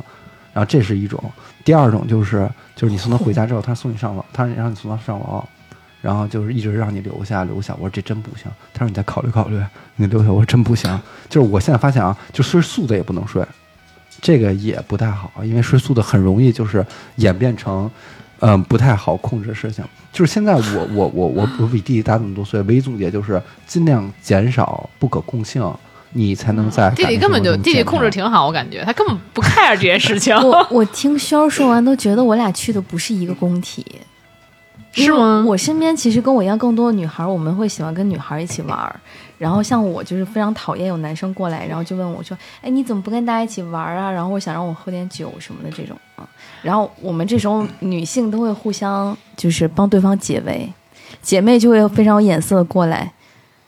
然后这是一种，第二种就是就是你送他回家之后，他送你上楼，他让你送他上楼，然后就是一直让你留下留下。我说这真不行。他说你再考虑考虑，你留下。我说真不行。就是我现在发现啊，就睡素的也不能睡，这个也不太好，因为睡素的很容易就是演变成，嗯、不太好控制的事情。就是现在我我我我我比弟弟大这么多岁，唯一总结就是尽量减少不可控性，你才能在嗯弟弟根本就弟弟控制挺。挺好，我感觉他根本不 care 这些事情，我我听肖说完都觉得我俩去的不是一个 *laughs* 工体，是因吗为？我身边其实跟我一样更多的女孩儿，我们会喜欢跟女孩儿一起玩儿。然后像我就是非常讨厌有男生过来，然后就问我说：“哎，你怎么不跟大家一起玩儿啊？”然后我想让我喝点酒什么的这种啊。然后我们这时候女性都会互相就是帮对方解围，姐妹就会非常有眼色的过来，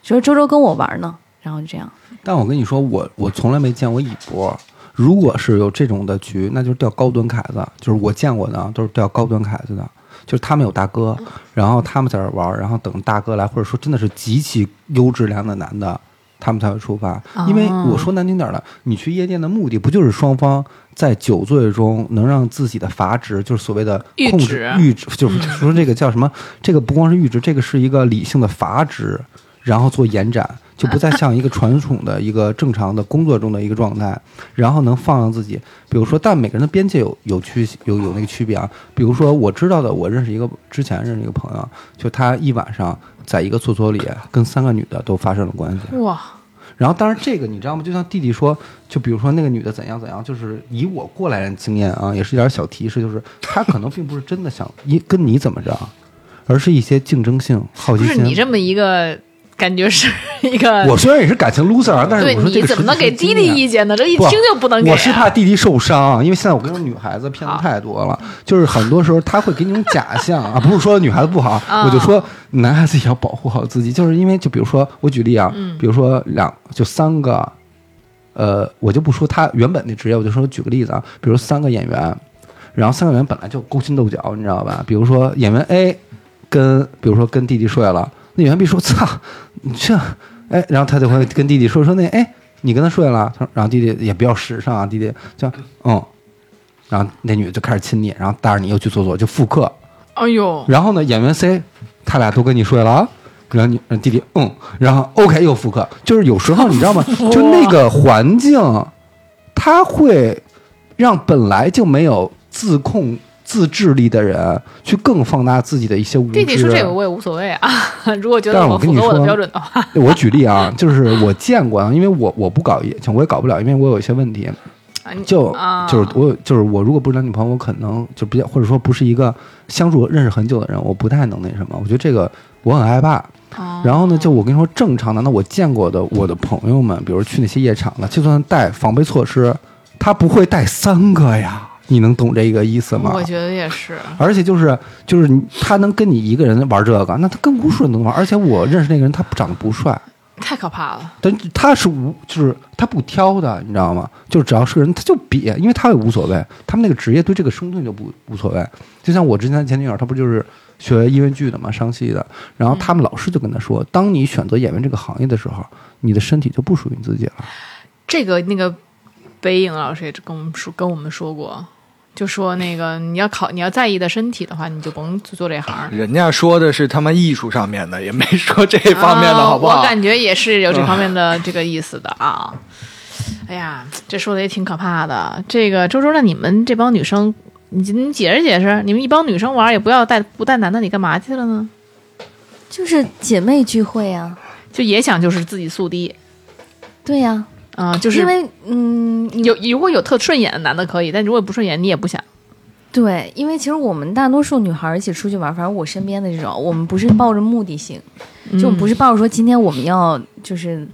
说：“周周跟我玩儿呢。”然后就这样，但我跟你说，我我从来没见过一波。如果是有这种的局，那就是钓高端凯子，就是我见过的都是钓高端凯子的，就是他们有大哥，然后他们在这玩儿，然后等大哥来，或者说真的是极其优质量的男的，他们才会出发。因为我说难听点儿的，你去夜店的目的不就是双方在酒醉中能让自己的阀值，就是所谓的阈控值制阈值，就是说这个叫什么？这个不光是阈值，这个是一个理性的阀值。然后做延展，就不再像一个传统的一个正常的工作中的一个状态，然后能放让自己，比如说，但每个人的边界有有区有有那个区别啊。比如说，我知道的，我认识一个之前认识一个朋友，就他一晚上在一个厕所里跟三个女的都发生了关系，哇，然后，当然这个你知道吗？就像弟弟说，就比如说那个女的怎样怎样，就是以我过来人经验啊，也是一点小提示，就是她可能并不是真的想一跟你怎么着， *laughs* 而是一些竞争性、好不奇是你心。这么一个感觉是一个，我虽然也是感情 loser，啊，但是对我说这你个怎么能实际给经弟验弟意见呢？这一不听就不能给啊。我是怕弟弟受伤，因为现在我跟女孩子骗的太多了，嗯就是很多时候他会给你种假象啊， *laughs* 不是说女孩子不好，嗯我就说男孩子也要保护好自己，就是因为就比如说我举例啊，嗯比如说两就三个，呃，我就不说他原本的职业，我就说举个例子啊，比如三个演员，然后三个演员本来就勾心斗角，你知道吧？比如说演员 A 跟比如说跟弟弟睡了，那演员 B 说操，你这哎，然后他就会跟弟弟说说那哎，你跟他睡了，他说然后弟弟也比较时尚啊，弟弟就嗯，然后那女的就开始亲你，然后带着你又去厕所就复刻，哎呦，然后呢演员 C 他俩都跟你睡了啊。然后你嗯弟弟嗯，然后 OK 又复刻，就是有时候你知道吗？ *laughs* 就那个环境，它会让本来就没有自控自制力的人去更放大自己的一些无知。弟弟说这个我也无所谓啊， *laughs* 如果觉得但是我我跟符你合我的说标准的话， *laughs* 我举例啊，就是我见过啊，因为我我不搞夜我也搞不了，因为我有一些问题，啊你就啊就是我有就是我如果不是男女朋友，我可能就比较或者说不是一个相处认识很久的人，我不太能那什么，我觉得这个我很害怕。哦啊然后呢，就我跟你说，正常的，那我见过的我的朋友们，比如去那些夜场的，就算带防备措施，他不会带三个呀，你能懂这个意思吗？我觉得也是。而且就是就是你他能跟你一个人玩这个，那他跟无数人都能玩。而且我认识那个人，他长得不帅，太可怕了！但他是无，就是他不挑的，你知道吗？就是只要是个人，他就比，因为他也无所谓。他们那个职业对这个身份就不无所谓。就像我之前的前女友，她不就是学音乐剧的嘛，上戏的。然嗯后他们老师就跟她说，当你选择演员这个行业的时候，你的身体就不属于你自己了。这个那个北影老师也跟我们说跟我们说过，就说那个你要考你要在意的身体的话，你就甭做这行。人家说的是他妈艺术上面的，也没说这方面的啊好不好？我感觉也是有这方面 *laughs* 的这个意思的啊。哎呀，这说的也挺可怕的。这个周周，那你们这帮女生，你你解释解释，你们一帮女生玩儿也不要带不带男的，你干嘛去了呢？就是姐妹聚会啊，就也想就是自己速滴，对呀、啊、就是因为嗯，你有如果有特顺眼的男的可以，但如果不顺眼你也不想。对，因为其实我们大多数女孩儿一起出去玩儿，反正我身边的这种，我们不是抱着目的性，就我们不是抱着说今天我们要就是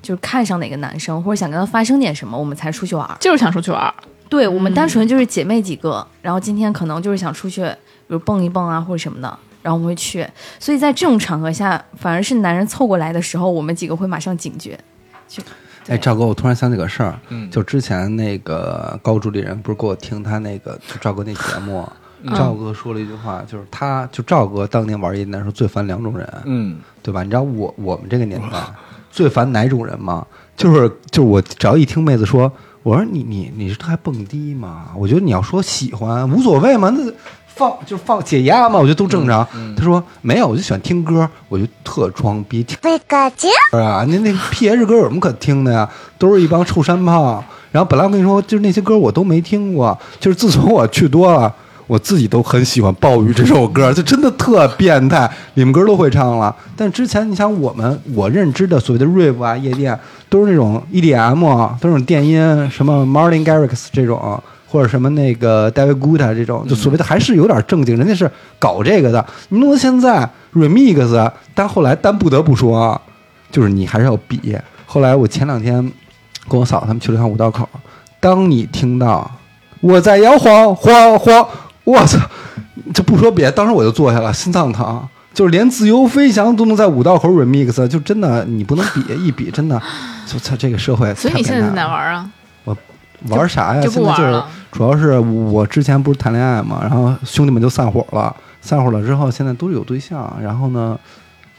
就是看上哪个男生，或者想跟他发生点什么，我们才出去玩儿。就是想出去玩儿，对，我们单纯就是姐妹几个，然后今天可能就是想出去，比如蹦一蹦啊或者什么的，然后我们会去。所以在这种场合下，反而是男人凑过来的时候，我们几个会马上警觉。哎，赵哥，我突然想起个事儿，嗯就之前那个高助理人不是给我听他那个就赵哥那节目，嗯赵哥说了一句话，就是他就赵哥当年玩夜店的时候最烦两种人，嗯，对吧？你知道我我们这个年代最烦哪种人吗？就是就是我只要一听妹子说，我说你你你是还蹦迪吗？我觉得你要说喜欢无所谓嘛，那放就放解压嘛，我觉得都正常。他说没有，我就喜欢听歌，我就特装逼听歌啊，那那 P H 歌有什么可听的呀？都是一帮臭山炮。然后本来我跟你说，就是那些歌我都没听过，就是自从我去多了。我自己都很喜欢《鲍鱼》这首歌，就真的特变态，你们歌都会唱了。但之前你想，我们我认知的所谓的 rave 啊、夜店，都是那种 EDM，啊都是那种电音，什么 Martin Garrix 这种，或者什么那个 David Guetta 这种，就所谓的还是有点正经，人家是搞这个的。你弄到现在 remix，但啊后来但不得不说啊，就是你还是要比。后来我前两天跟我嫂子他们去了趟五道口，当你听到我在摇晃晃晃，我操！就不说别，当时我就坐下了，心脏疼，就是连自由飞翔都能在五道口 remix，就真的你不能比一比，真的，就操这个社会太所变以态了。你现在在哪玩儿啊？玩啥呀？就现不在玩就儿是了。主要是我之前不是谈恋爱嘛，然后兄弟们就散伙了，散伙了之后现在都有对象，然后呢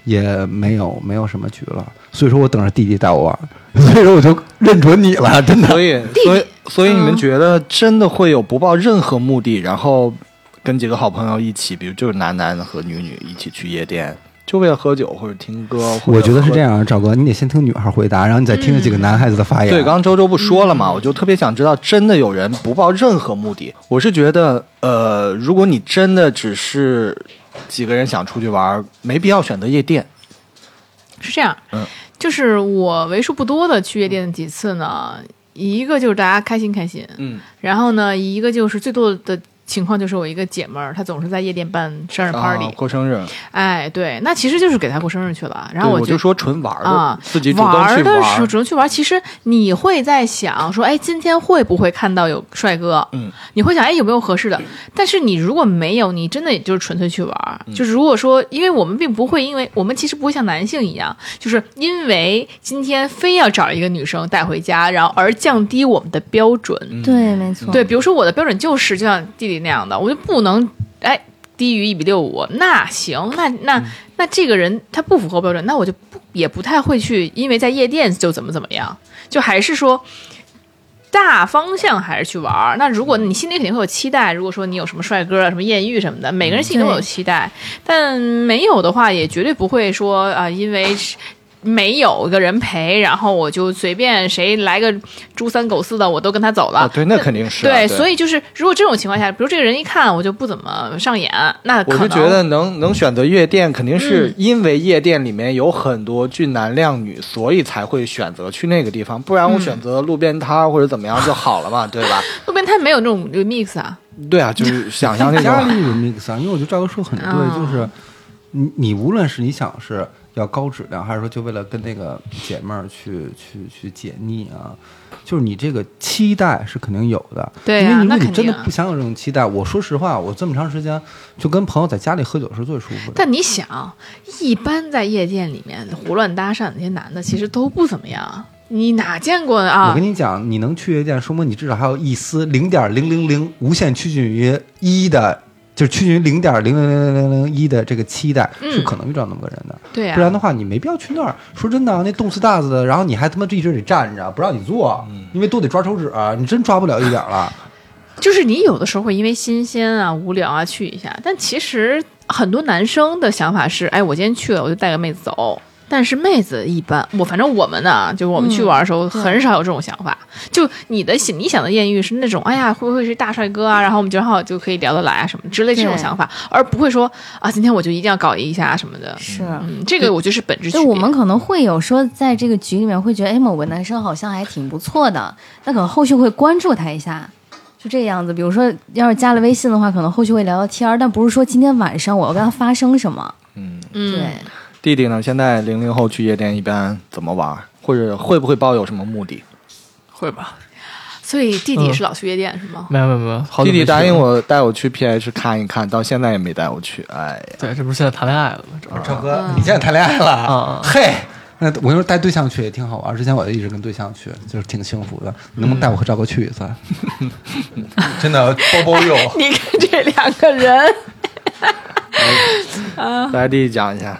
也没有没有什么局了，所以说我等着弟弟带我玩， *laughs* 所以说我就认准你了，真 *laughs* 的。所以所以所以你们觉得真的会有不抱任何目的，然后跟几个好朋友一起，比如就是男男和女女一起去夜店，就为了喝酒或者听歌？或者我觉得是喝这。样，哎赵哥，你得先听女孩回答，然后你再嗯听听几个男孩子的发言。对，刚刚周周不说了嘛，我就特别想知道，真的有人不抱任何目的？我是觉得，呃，如果你真的只是几个人想出去玩，没必要选择夜店。是这样，嗯就是我为数不多的去夜店几次呢，一个就是大家开心开心，嗯，然后呢，一个就是最多的情况就是我一个姐们儿，她总是在夜店办生日 party，、啊、过生日，哎，对，那其实就是给她过生日去了。然后对我我觉就得说纯玩儿的，啊自己主动玩去儿的时候玩只能去玩儿，其实你会在想说，哎，今天会不会看到有帅哥？嗯，你会想，哎，有没有合适的？但是你如果没有，你真的也就是纯粹去玩儿。嗯就是如果说，因为我们并不会，因为我们其实不会像男性一样，就是因为今天非要找一个女生带回家，然后而降低我们的标准。嗯对，嗯没错。对，比如说我的标准就是就像弟弟那样的，我就不能哎低于一米六五，那行，那嗯那那这个人他不符合标准，那我就不也不太会去，因为在夜店就怎么怎么样，就还是说。大方向还是去玩儿。那如果嗯你心里肯定会有期待，如果说你有什么帅哥啊、什么艳遇什么的，每个嗯人心里都有期待。但没有的话，也绝对不会说啊、因为是没有一个人陪，然后我就随便谁来个猪三狗四的，我都跟他走了。啊，对，那肯定是啊、对，对所以就是如果这种情况下，比如这个人一看我就不怎么上眼，那可我能是觉得能能选择夜店，肯定嗯是因为夜店里面有很多俊男靓女，所以才会选择去那个地方。不然我选择路边摊或者怎么样就好 *laughs* 了嘛，对吧？路边摊没有那种 remix 啊，对啊，就是想象那 *laughs* *laughs* 压种。力 remix 啊，因为我觉得赵哥说得很对，嗯就是你你无论是你想是要高质量，还是说就为了跟那个姐妹儿去去去解腻啊，就是你这个期待是肯定有的。对啊因为如那果你肯真的定啊不想有这种期待，我说实话，我这么长时间就跟朋友在家里喝酒是最舒服的。但你想，一般在夜店里面胡乱搭讪的那些男的，其实都不怎么样，你哪见过我啊跟？你讲，你能去夜店，说明你至少还有一丝零点零零零无限趋近于一的，就是趋近于零点零零零零零一的这个期待，是嗯可能遇到那么个人的。对啊呀、不然的话，你没必要去那儿。说真的啊，那冻死大子的，然嗯啊 *laughs* 后你还他妈一直得站着，不让你坐，因为都得抓手指，你真抓不了一点儿了。就是你有的时候会因为新鲜啊、无聊啊去一下，但其实很多男生的想法是，哎，我今天去了，我就带个妹子走。但是妹子一般，我反正我们呢，就是我们去玩的时候，很少有这种想法。就你的想你想的艳遇是那种，哎呀，会不会是大帅哥啊？然后我们正好就可以聊得来啊什么之类这种对想法，而不会说啊，今天我就一定要搞一下什么的。是。嗯，这个我觉得是本质区就别。嗯我们可能会有说，在这个局里面会觉得，哎，某个男生好像还挺不错的，那可能后续会关注他一下，就这样子。比如说，要是加了微信的话，可能后续会聊聊天儿，但不是说今天晚上我要跟他发生什么。嗯对，弟弟呢？现在零零后去夜店一般怎么玩？或者会不会抱有什么目的？会吧？所以弟嗯弟是老去夜店、是吗？没有没有没有，好弟久弟没去答应了。我带我去 PH 看一看，到现在也没带我去。哎呀，对，这不是现在谈恋爱了吗？这不是赵哥，你现在谈恋爱了？啊嘿，那我跟你说带对象去也挺好玩。之前我就一直跟对象去，就是挺幸福的。你能不能带我和赵哥去一次？真的，包包肉。你看这两个人，啊来，弟弟讲一下。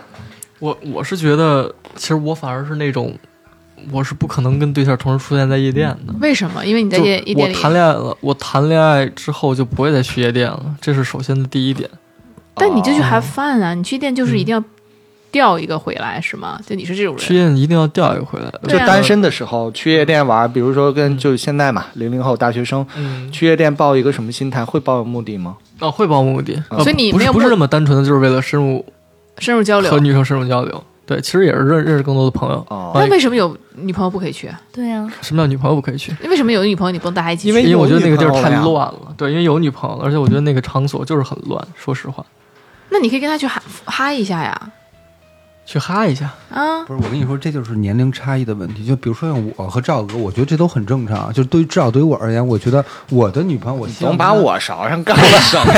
我我是觉得，其实我反而是那种，我是不可能跟对象同时出现在夜店的。为什么？因为你在就夜夜我店里，谈恋爱了，我谈恋爱之后就不会再去夜店了，这是首先的第一点。但你就哦去 have fun 啊！你去夜店就是一定要钓一个回来，是吗？就你是这种去人，夜店一定要钓一回来。就对啊单身的时候去夜店玩，比如说跟就现在嘛，零零后大学生嗯，去夜店抱一个什么心态？会抱有目的吗？啊，会报目的，啊所以你不没是有不是目那么单纯的，就是为了深入深入交流和。女生深入交流。对，其实也是认认识更多的朋友。哦那为什么有女朋友不可以去？对啊，什么叫女朋友不可以去？为什么有女朋友你不能带她一起去？因为因为我觉得那个地儿哎有女太朋友了呀乱了。对，因为有女朋友了，而且我觉得那个场所就是很乱。说实话，那你可以跟她去嗨嗨一下呀！去哈一下。啊，不是，我跟你说，这就是年龄差异的问题。就比如说像我和赵哥，我觉得这都很正常。就是对于至少对于我而言，我觉得我的女朋友，我希望总把她 *laughs* 哎我勺上 *laughs* 干了什么？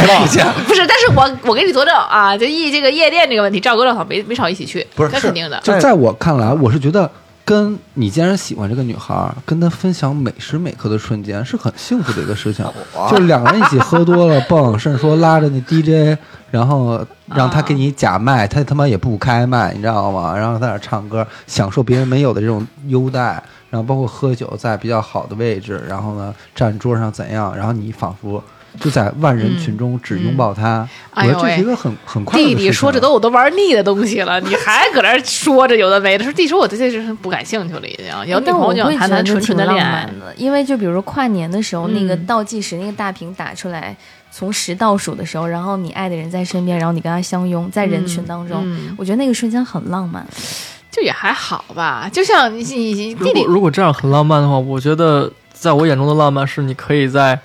不是，但是我我给你作证啊，就一这个夜店这个问题，赵哥赵嫂没没少一起去，不是那肯定的。就在我看来，我是觉得跟你既然喜欢这个女孩儿，跟她分享每时每刻的瞬间是很幸福的一个事情。就是两个人一起喝多了蹦，甚至说拉着那 DJ，然后让他给你假麦，他他妈也不开麦，你知道吗？然后在那儿唱歌，享受别人没有的这种优待。然后包括喝酒，在比较好的位置，然后呢站桌上怎样，然后你仿佛就在万人群中只拥抱他，嗯嗯嗯我觉哎得这呦是一个很很快乐弟的事情。啊弟说这都我都玩腻的东西了，你还搁那儿 *laughs* 说着有的没的，说弟说我对这是不感兴趣了，已经。有女但朋友我就想会谈觉谈得纯纯的挺恋浪爱漫。的，因为就比如说跨年的时候，那个嗯倒计时那个大屏打出来，从十倒数的时候，然后你爱的人在身边，然后你跟他相拥在人群当中，嗯我觉得那个瞬间很浪漫。就也还好吧，就像你你你如弟果弟，如果这样很浪漫的话，我觉得在我眼中的浪漫是你可以在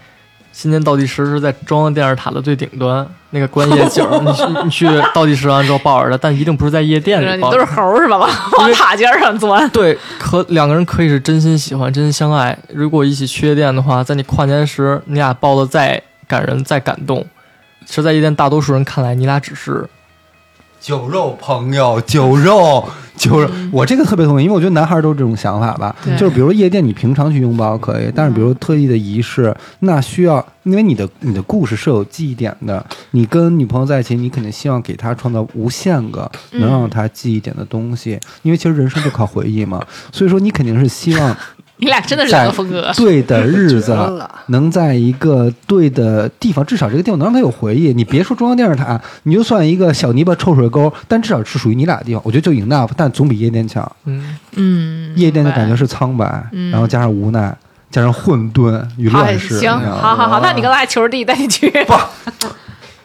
新年倒计时是在中央电视塔的最顶端那个观夜景儿，你 *laughs* 去你去倒计时完之后抱着它，但一定不是在夜店里你抱都是着。猴儿是吧？往往塔尖儿上钻。对，可两个人可以是真心喜欢、真心相爱。如果一起去夜店的话，在你跨年时，你俩抱的再感人、再感动，其实，在夜店大多数人看来，你俩只是酒肉朋友，酒肉，酒肉，我这个特别同意，因为我觉得男孩都是这种想法吧对，就是比如夜店你平常去拥抱可以，但是比如特意的仪式，那需要，因为你的你的故事是有记忆点的，你跟女朋友在一起，你肯定希望给她创造无限个能让她记忆点的东西，因为其实人生就靠回忆嘛，所以说你肯定是希望 *laughs* 你俩真的是两在个风 *laughs* 格。对的日子啊绝了能在一个对的地方，至少这个地方能让他有回忆。你别说中央电视塔，你就算一个小泥巴臭水沟，但至少是属于你俩的地方。我觉得就 enough，但总比夜店强。嗯，嗯，夜店的感觉是苍白，嗯然后加上无奈，加上混沌与好乱世。你知道哎行，吗好好好，那你跟他求着弟带你去。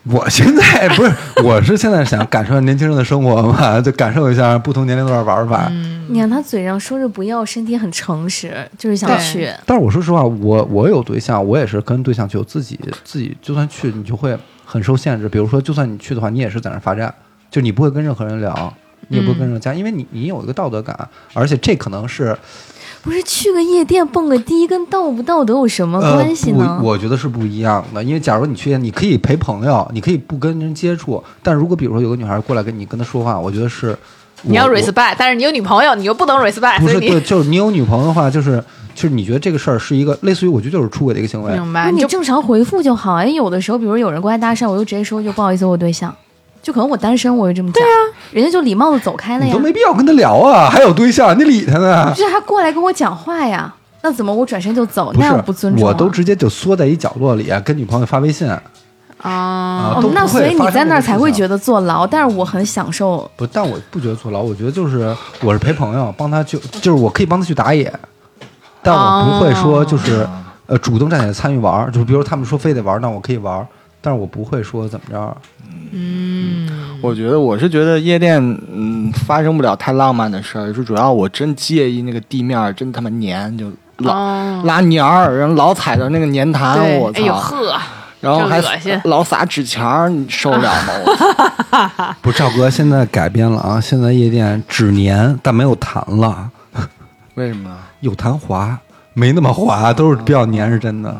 我现在不是，我是现在想感受年轻人的生活嘛，就感受一下不同年龄段玩嗯法。你看他嘴上说着不要，身体很诚实，就是想对去。但是我说实话，我我有对象，我也是跟对象去，我自己自己就算去，你就会很受限制。比如说，就算你去的话，你也是在那儿罚站，就你不会跟任何人聊，嗯你也不会跟任何家，因为你你有一个道德感，而且这可能是不是去个夜店蹦个迪，跟道不道德有什么呃关系呢？不，我觉得是不一样的。因为假如你去，你可以陪朋友，你可以不跟人接触，但如果比如说有个女孩过来跟你跟她说话，我觉得是 *laughs* 你要我我 respect，但是你有女朋友，你又不能 respect，不所以是对，你就是你有女朋友的话，就是就是你觉得这个事儿是一个类似于我觉得就是出轨的一个行为。明那白？你就正常回复就好。哎，有的时候，比如有人过来搭讪，我就直接说就不好意思，我有对象。就可能我单身，我就这么讲，啊人家就礼貌的走开了你呀都。没必要跟他聊啊，还有对象，你理他呢？就是他过来跟我讲话呀，那怎么我转身就走？不 *laughs* 那是样不尊重啊、我都直接就缩在一角落里啊，跟女朋友发微信啊，啊，哦，都不那会所以发你生在这那儿种才事会情觉得坐牢，但是我很享受。不，但我不觉得坐牢，我觉得就是我是陪朋友帮他去，就是我可以帮他去打野，但我不会说就是、哦呃主动站起来参与玩儿，就比如他们说非得玩儿，那我可以玩儿，但是我不会说怎么着。我觉得我是觉得夜店，嗯，发生不了太浪漫的事儿，就主要我真介意那个地面儿真他妈黏，就老、哦拉泥儿，然后老踩着那个粘痰，对我哎呦操，呵，然后还真恶心老撒纸钱儿，你受得了吗？ *laughs* 我操不是，赵哥现在改变了啊，现在夜店只粘但没有弹了，为什么啊呢？有弹滑，没那么滑，都是比较粘，是真的。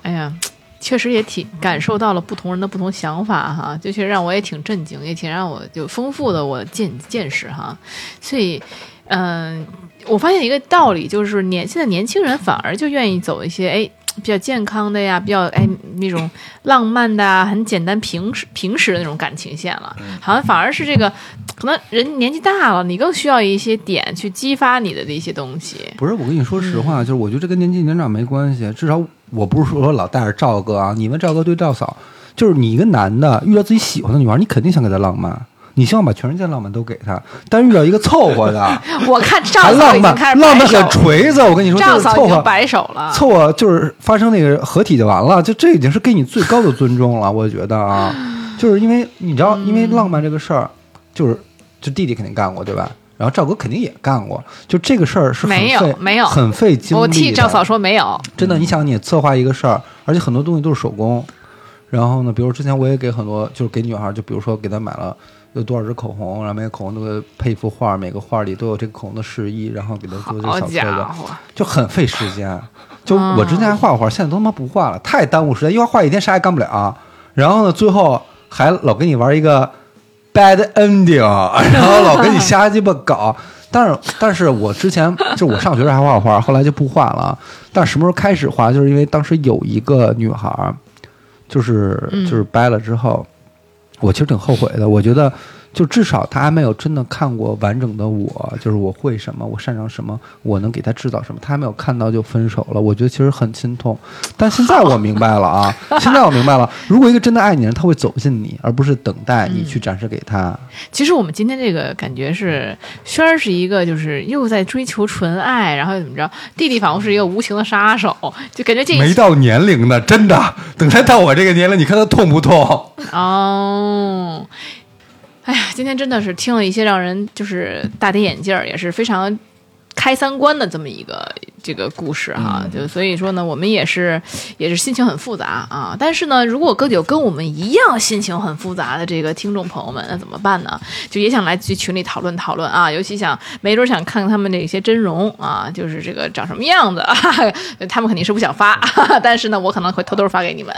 哎呀，确实也挺感受到了不同人的不同想法哈，就确实让我也挺震惊，也挺让我就丰富的我见见识哈。所以，嗯、我发现一个道理，就是年现在年轻人反而就愿意走一些哎比较健康的呀，比较哎那种浪漫的啊，很简单平时平时的那种感情线了，好像反而是这个可能人年纪大了，你更需要一些点去激发你的这些东西。 *laughs* 不是，我跟你说实嗯话，就是我觉得这跟年纪年长没关系，至少我不是说老带着赵哥啊，你问赵哥对赵嫂，就是你一个男的遇到自己喜欢的女孩，你肯定想给她浪漫，你希望把全世界浪漫都给她，但遇到一个凑合的， *laughs* 我看赵还嫂浪已经开漫，始浪漫摆手很锤子，我跟你说，赵就是嫂凑已经合。摆手了，凑合就是发生那个合体就完了，就这已经是给你最高的尊重了，我觉 *laughs* 得啊，就是因为你知道，嗯因为浪漫这个事儿，就是就弟弟肯定干过，对吧？然后赵哥肯定也干过，就这个事儿是很没有费没有很费精力的。我替赵嫂说没有，真的，你想你策划一个事儿，而且很多东西都是手工。然后呢，比如之前我也给很多，就是给女孩儿，就比如说给她买了有多少支口红，然后每个口红都会配一幅画儿，每个画儿里都有这个口红的示意，然后给她做这个好小册家子，伙，就很费时间。就我之前还画过画，现在都他妈不画了，太耽误时间，一画画一天啥也干不了。然后呢，最后还老跟你玩一个 bad ending，然后老跟你瞎鸡巴搞。但是，但是我之前就是我上学时候还画画，后来就不画了。但是什么时候开始画，就是因为当时有一个女孩儿，就是嗯就是掰了之后，我其实挺后悔的。我觉得，就至少她还没有真的看过完整的我，就是我会什么，我擅长什么，我能给她制造什么，她还没有看到就分手了。我觉得其实很心痛。但现在我明白 *laughs* 了啊，现在我明白了，如果一个真的爱你的人，他会走进你，而不是等待嗯你去展示给他。其实我们今天这个感觉是，轩儿是一个就是又在追求纯爱，然后又怎么着，弟弟仿佛是一个无情的杀手，就感觉这一没到年龄的，真的，等他到我这个年龄，你看他痛不痛？哦。哎呀，今天真的是听了一些让人就是大跌眼镜儿，也是非常开三观的这么一个这个故事哈，就所以说呢，我们也是也是心情很复杂啊。但是呢，如果各有跟我们一样心情很复杂的这个听众朋友们，那怎么办呢？就也想来去群里讨论讨论啊，尤其想没准想看看他们这些真容啊，就是这个长什么样子啊， *laughs* 他们肯定是不想发， *laughs* 但是呢，我可能会偷偷发给你们。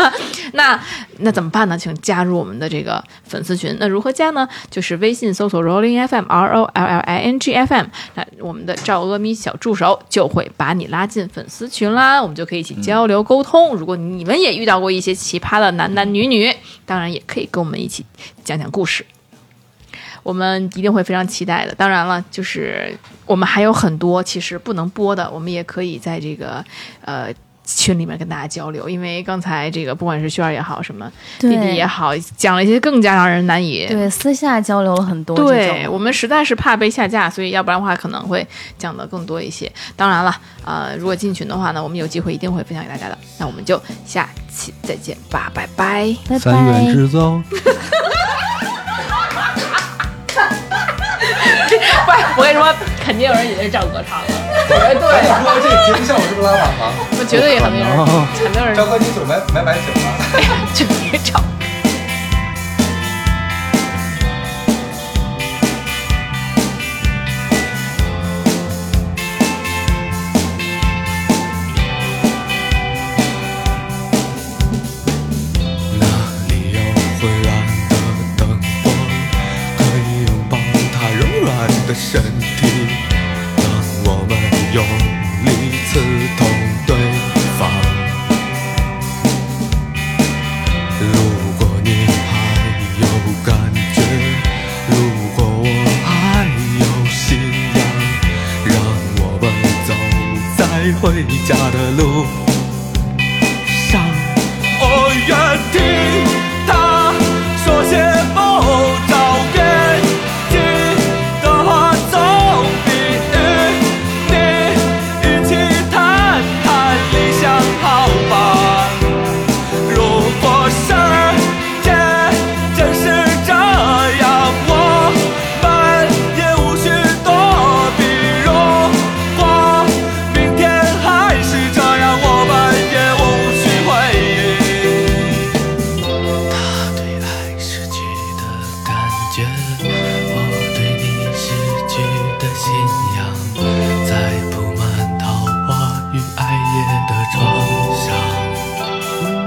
*laughs* 那那怎么办呢？请加入我们的这个粉丝群。那如何加呢？就是微信搜索 Rolling FM R O L L I N G F M，那我们的赵阿咪小助手就会把你拉进粉丝群啦，我们就可以一起交流沟通。如果你们也遇到过一些奇葩的男男女女，当然也可以跟我们一起讲讲故事。我们一定会非常期待的。当然了，就是我们还有很多其实不能播的，我们也可以在这个呃群里面跟大家交流。因为刚才这个不管是轩儿也好，什么弟对弟也好，讲了一些更加让人难以。对，私下交流了很多这种。对我们实在是怕被下架，所以要不然的话可能会讲的更多一些。当然了，呃，如果进群的话呢，我们有机会一定会分享给大家的。那我们就下期再见吧，拜拜。拜拜。三元之宗。我跟你说，肯定有人以为是赵哥唱的，绝对你说这个节目效果是不是拉满了？ *laughs* 我绝对很多 *laughs* 人，很多人赵哥，你酒买买白啊酒了。 *laughs* 就别找。那里有昏暗的灯火，可以拥抱她柔软的身体。当我们用力刺痛对方，如果你还有感觉，如果我还有信仰，让我们走在回家的路上，我愿听他说些不着边际的话，总比与你一起谈谈理想好吧。如果世界真是这样，我们也无需躲避。如果明天还是这样，我们也无需回忆。他对爱失去的感觉，我对你失去的信仰，在铺满桃花与艾叶的床上。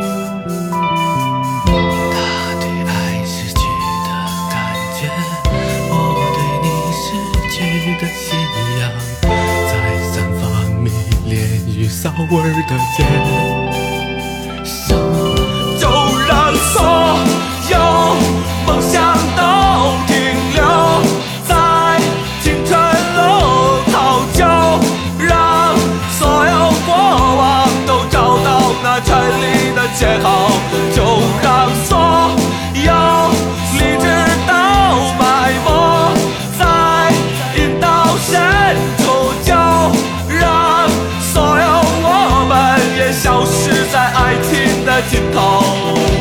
他对爱失去的感觉，我对你失去的信仰，在散发迷恋与骚味儿的街上，就让所有梦想都停留在青春路口，就让所有过往都找到那权力的借口，就让所有理智都埋没在引导深处，就让所有我们也消失在爱情的尽头。哦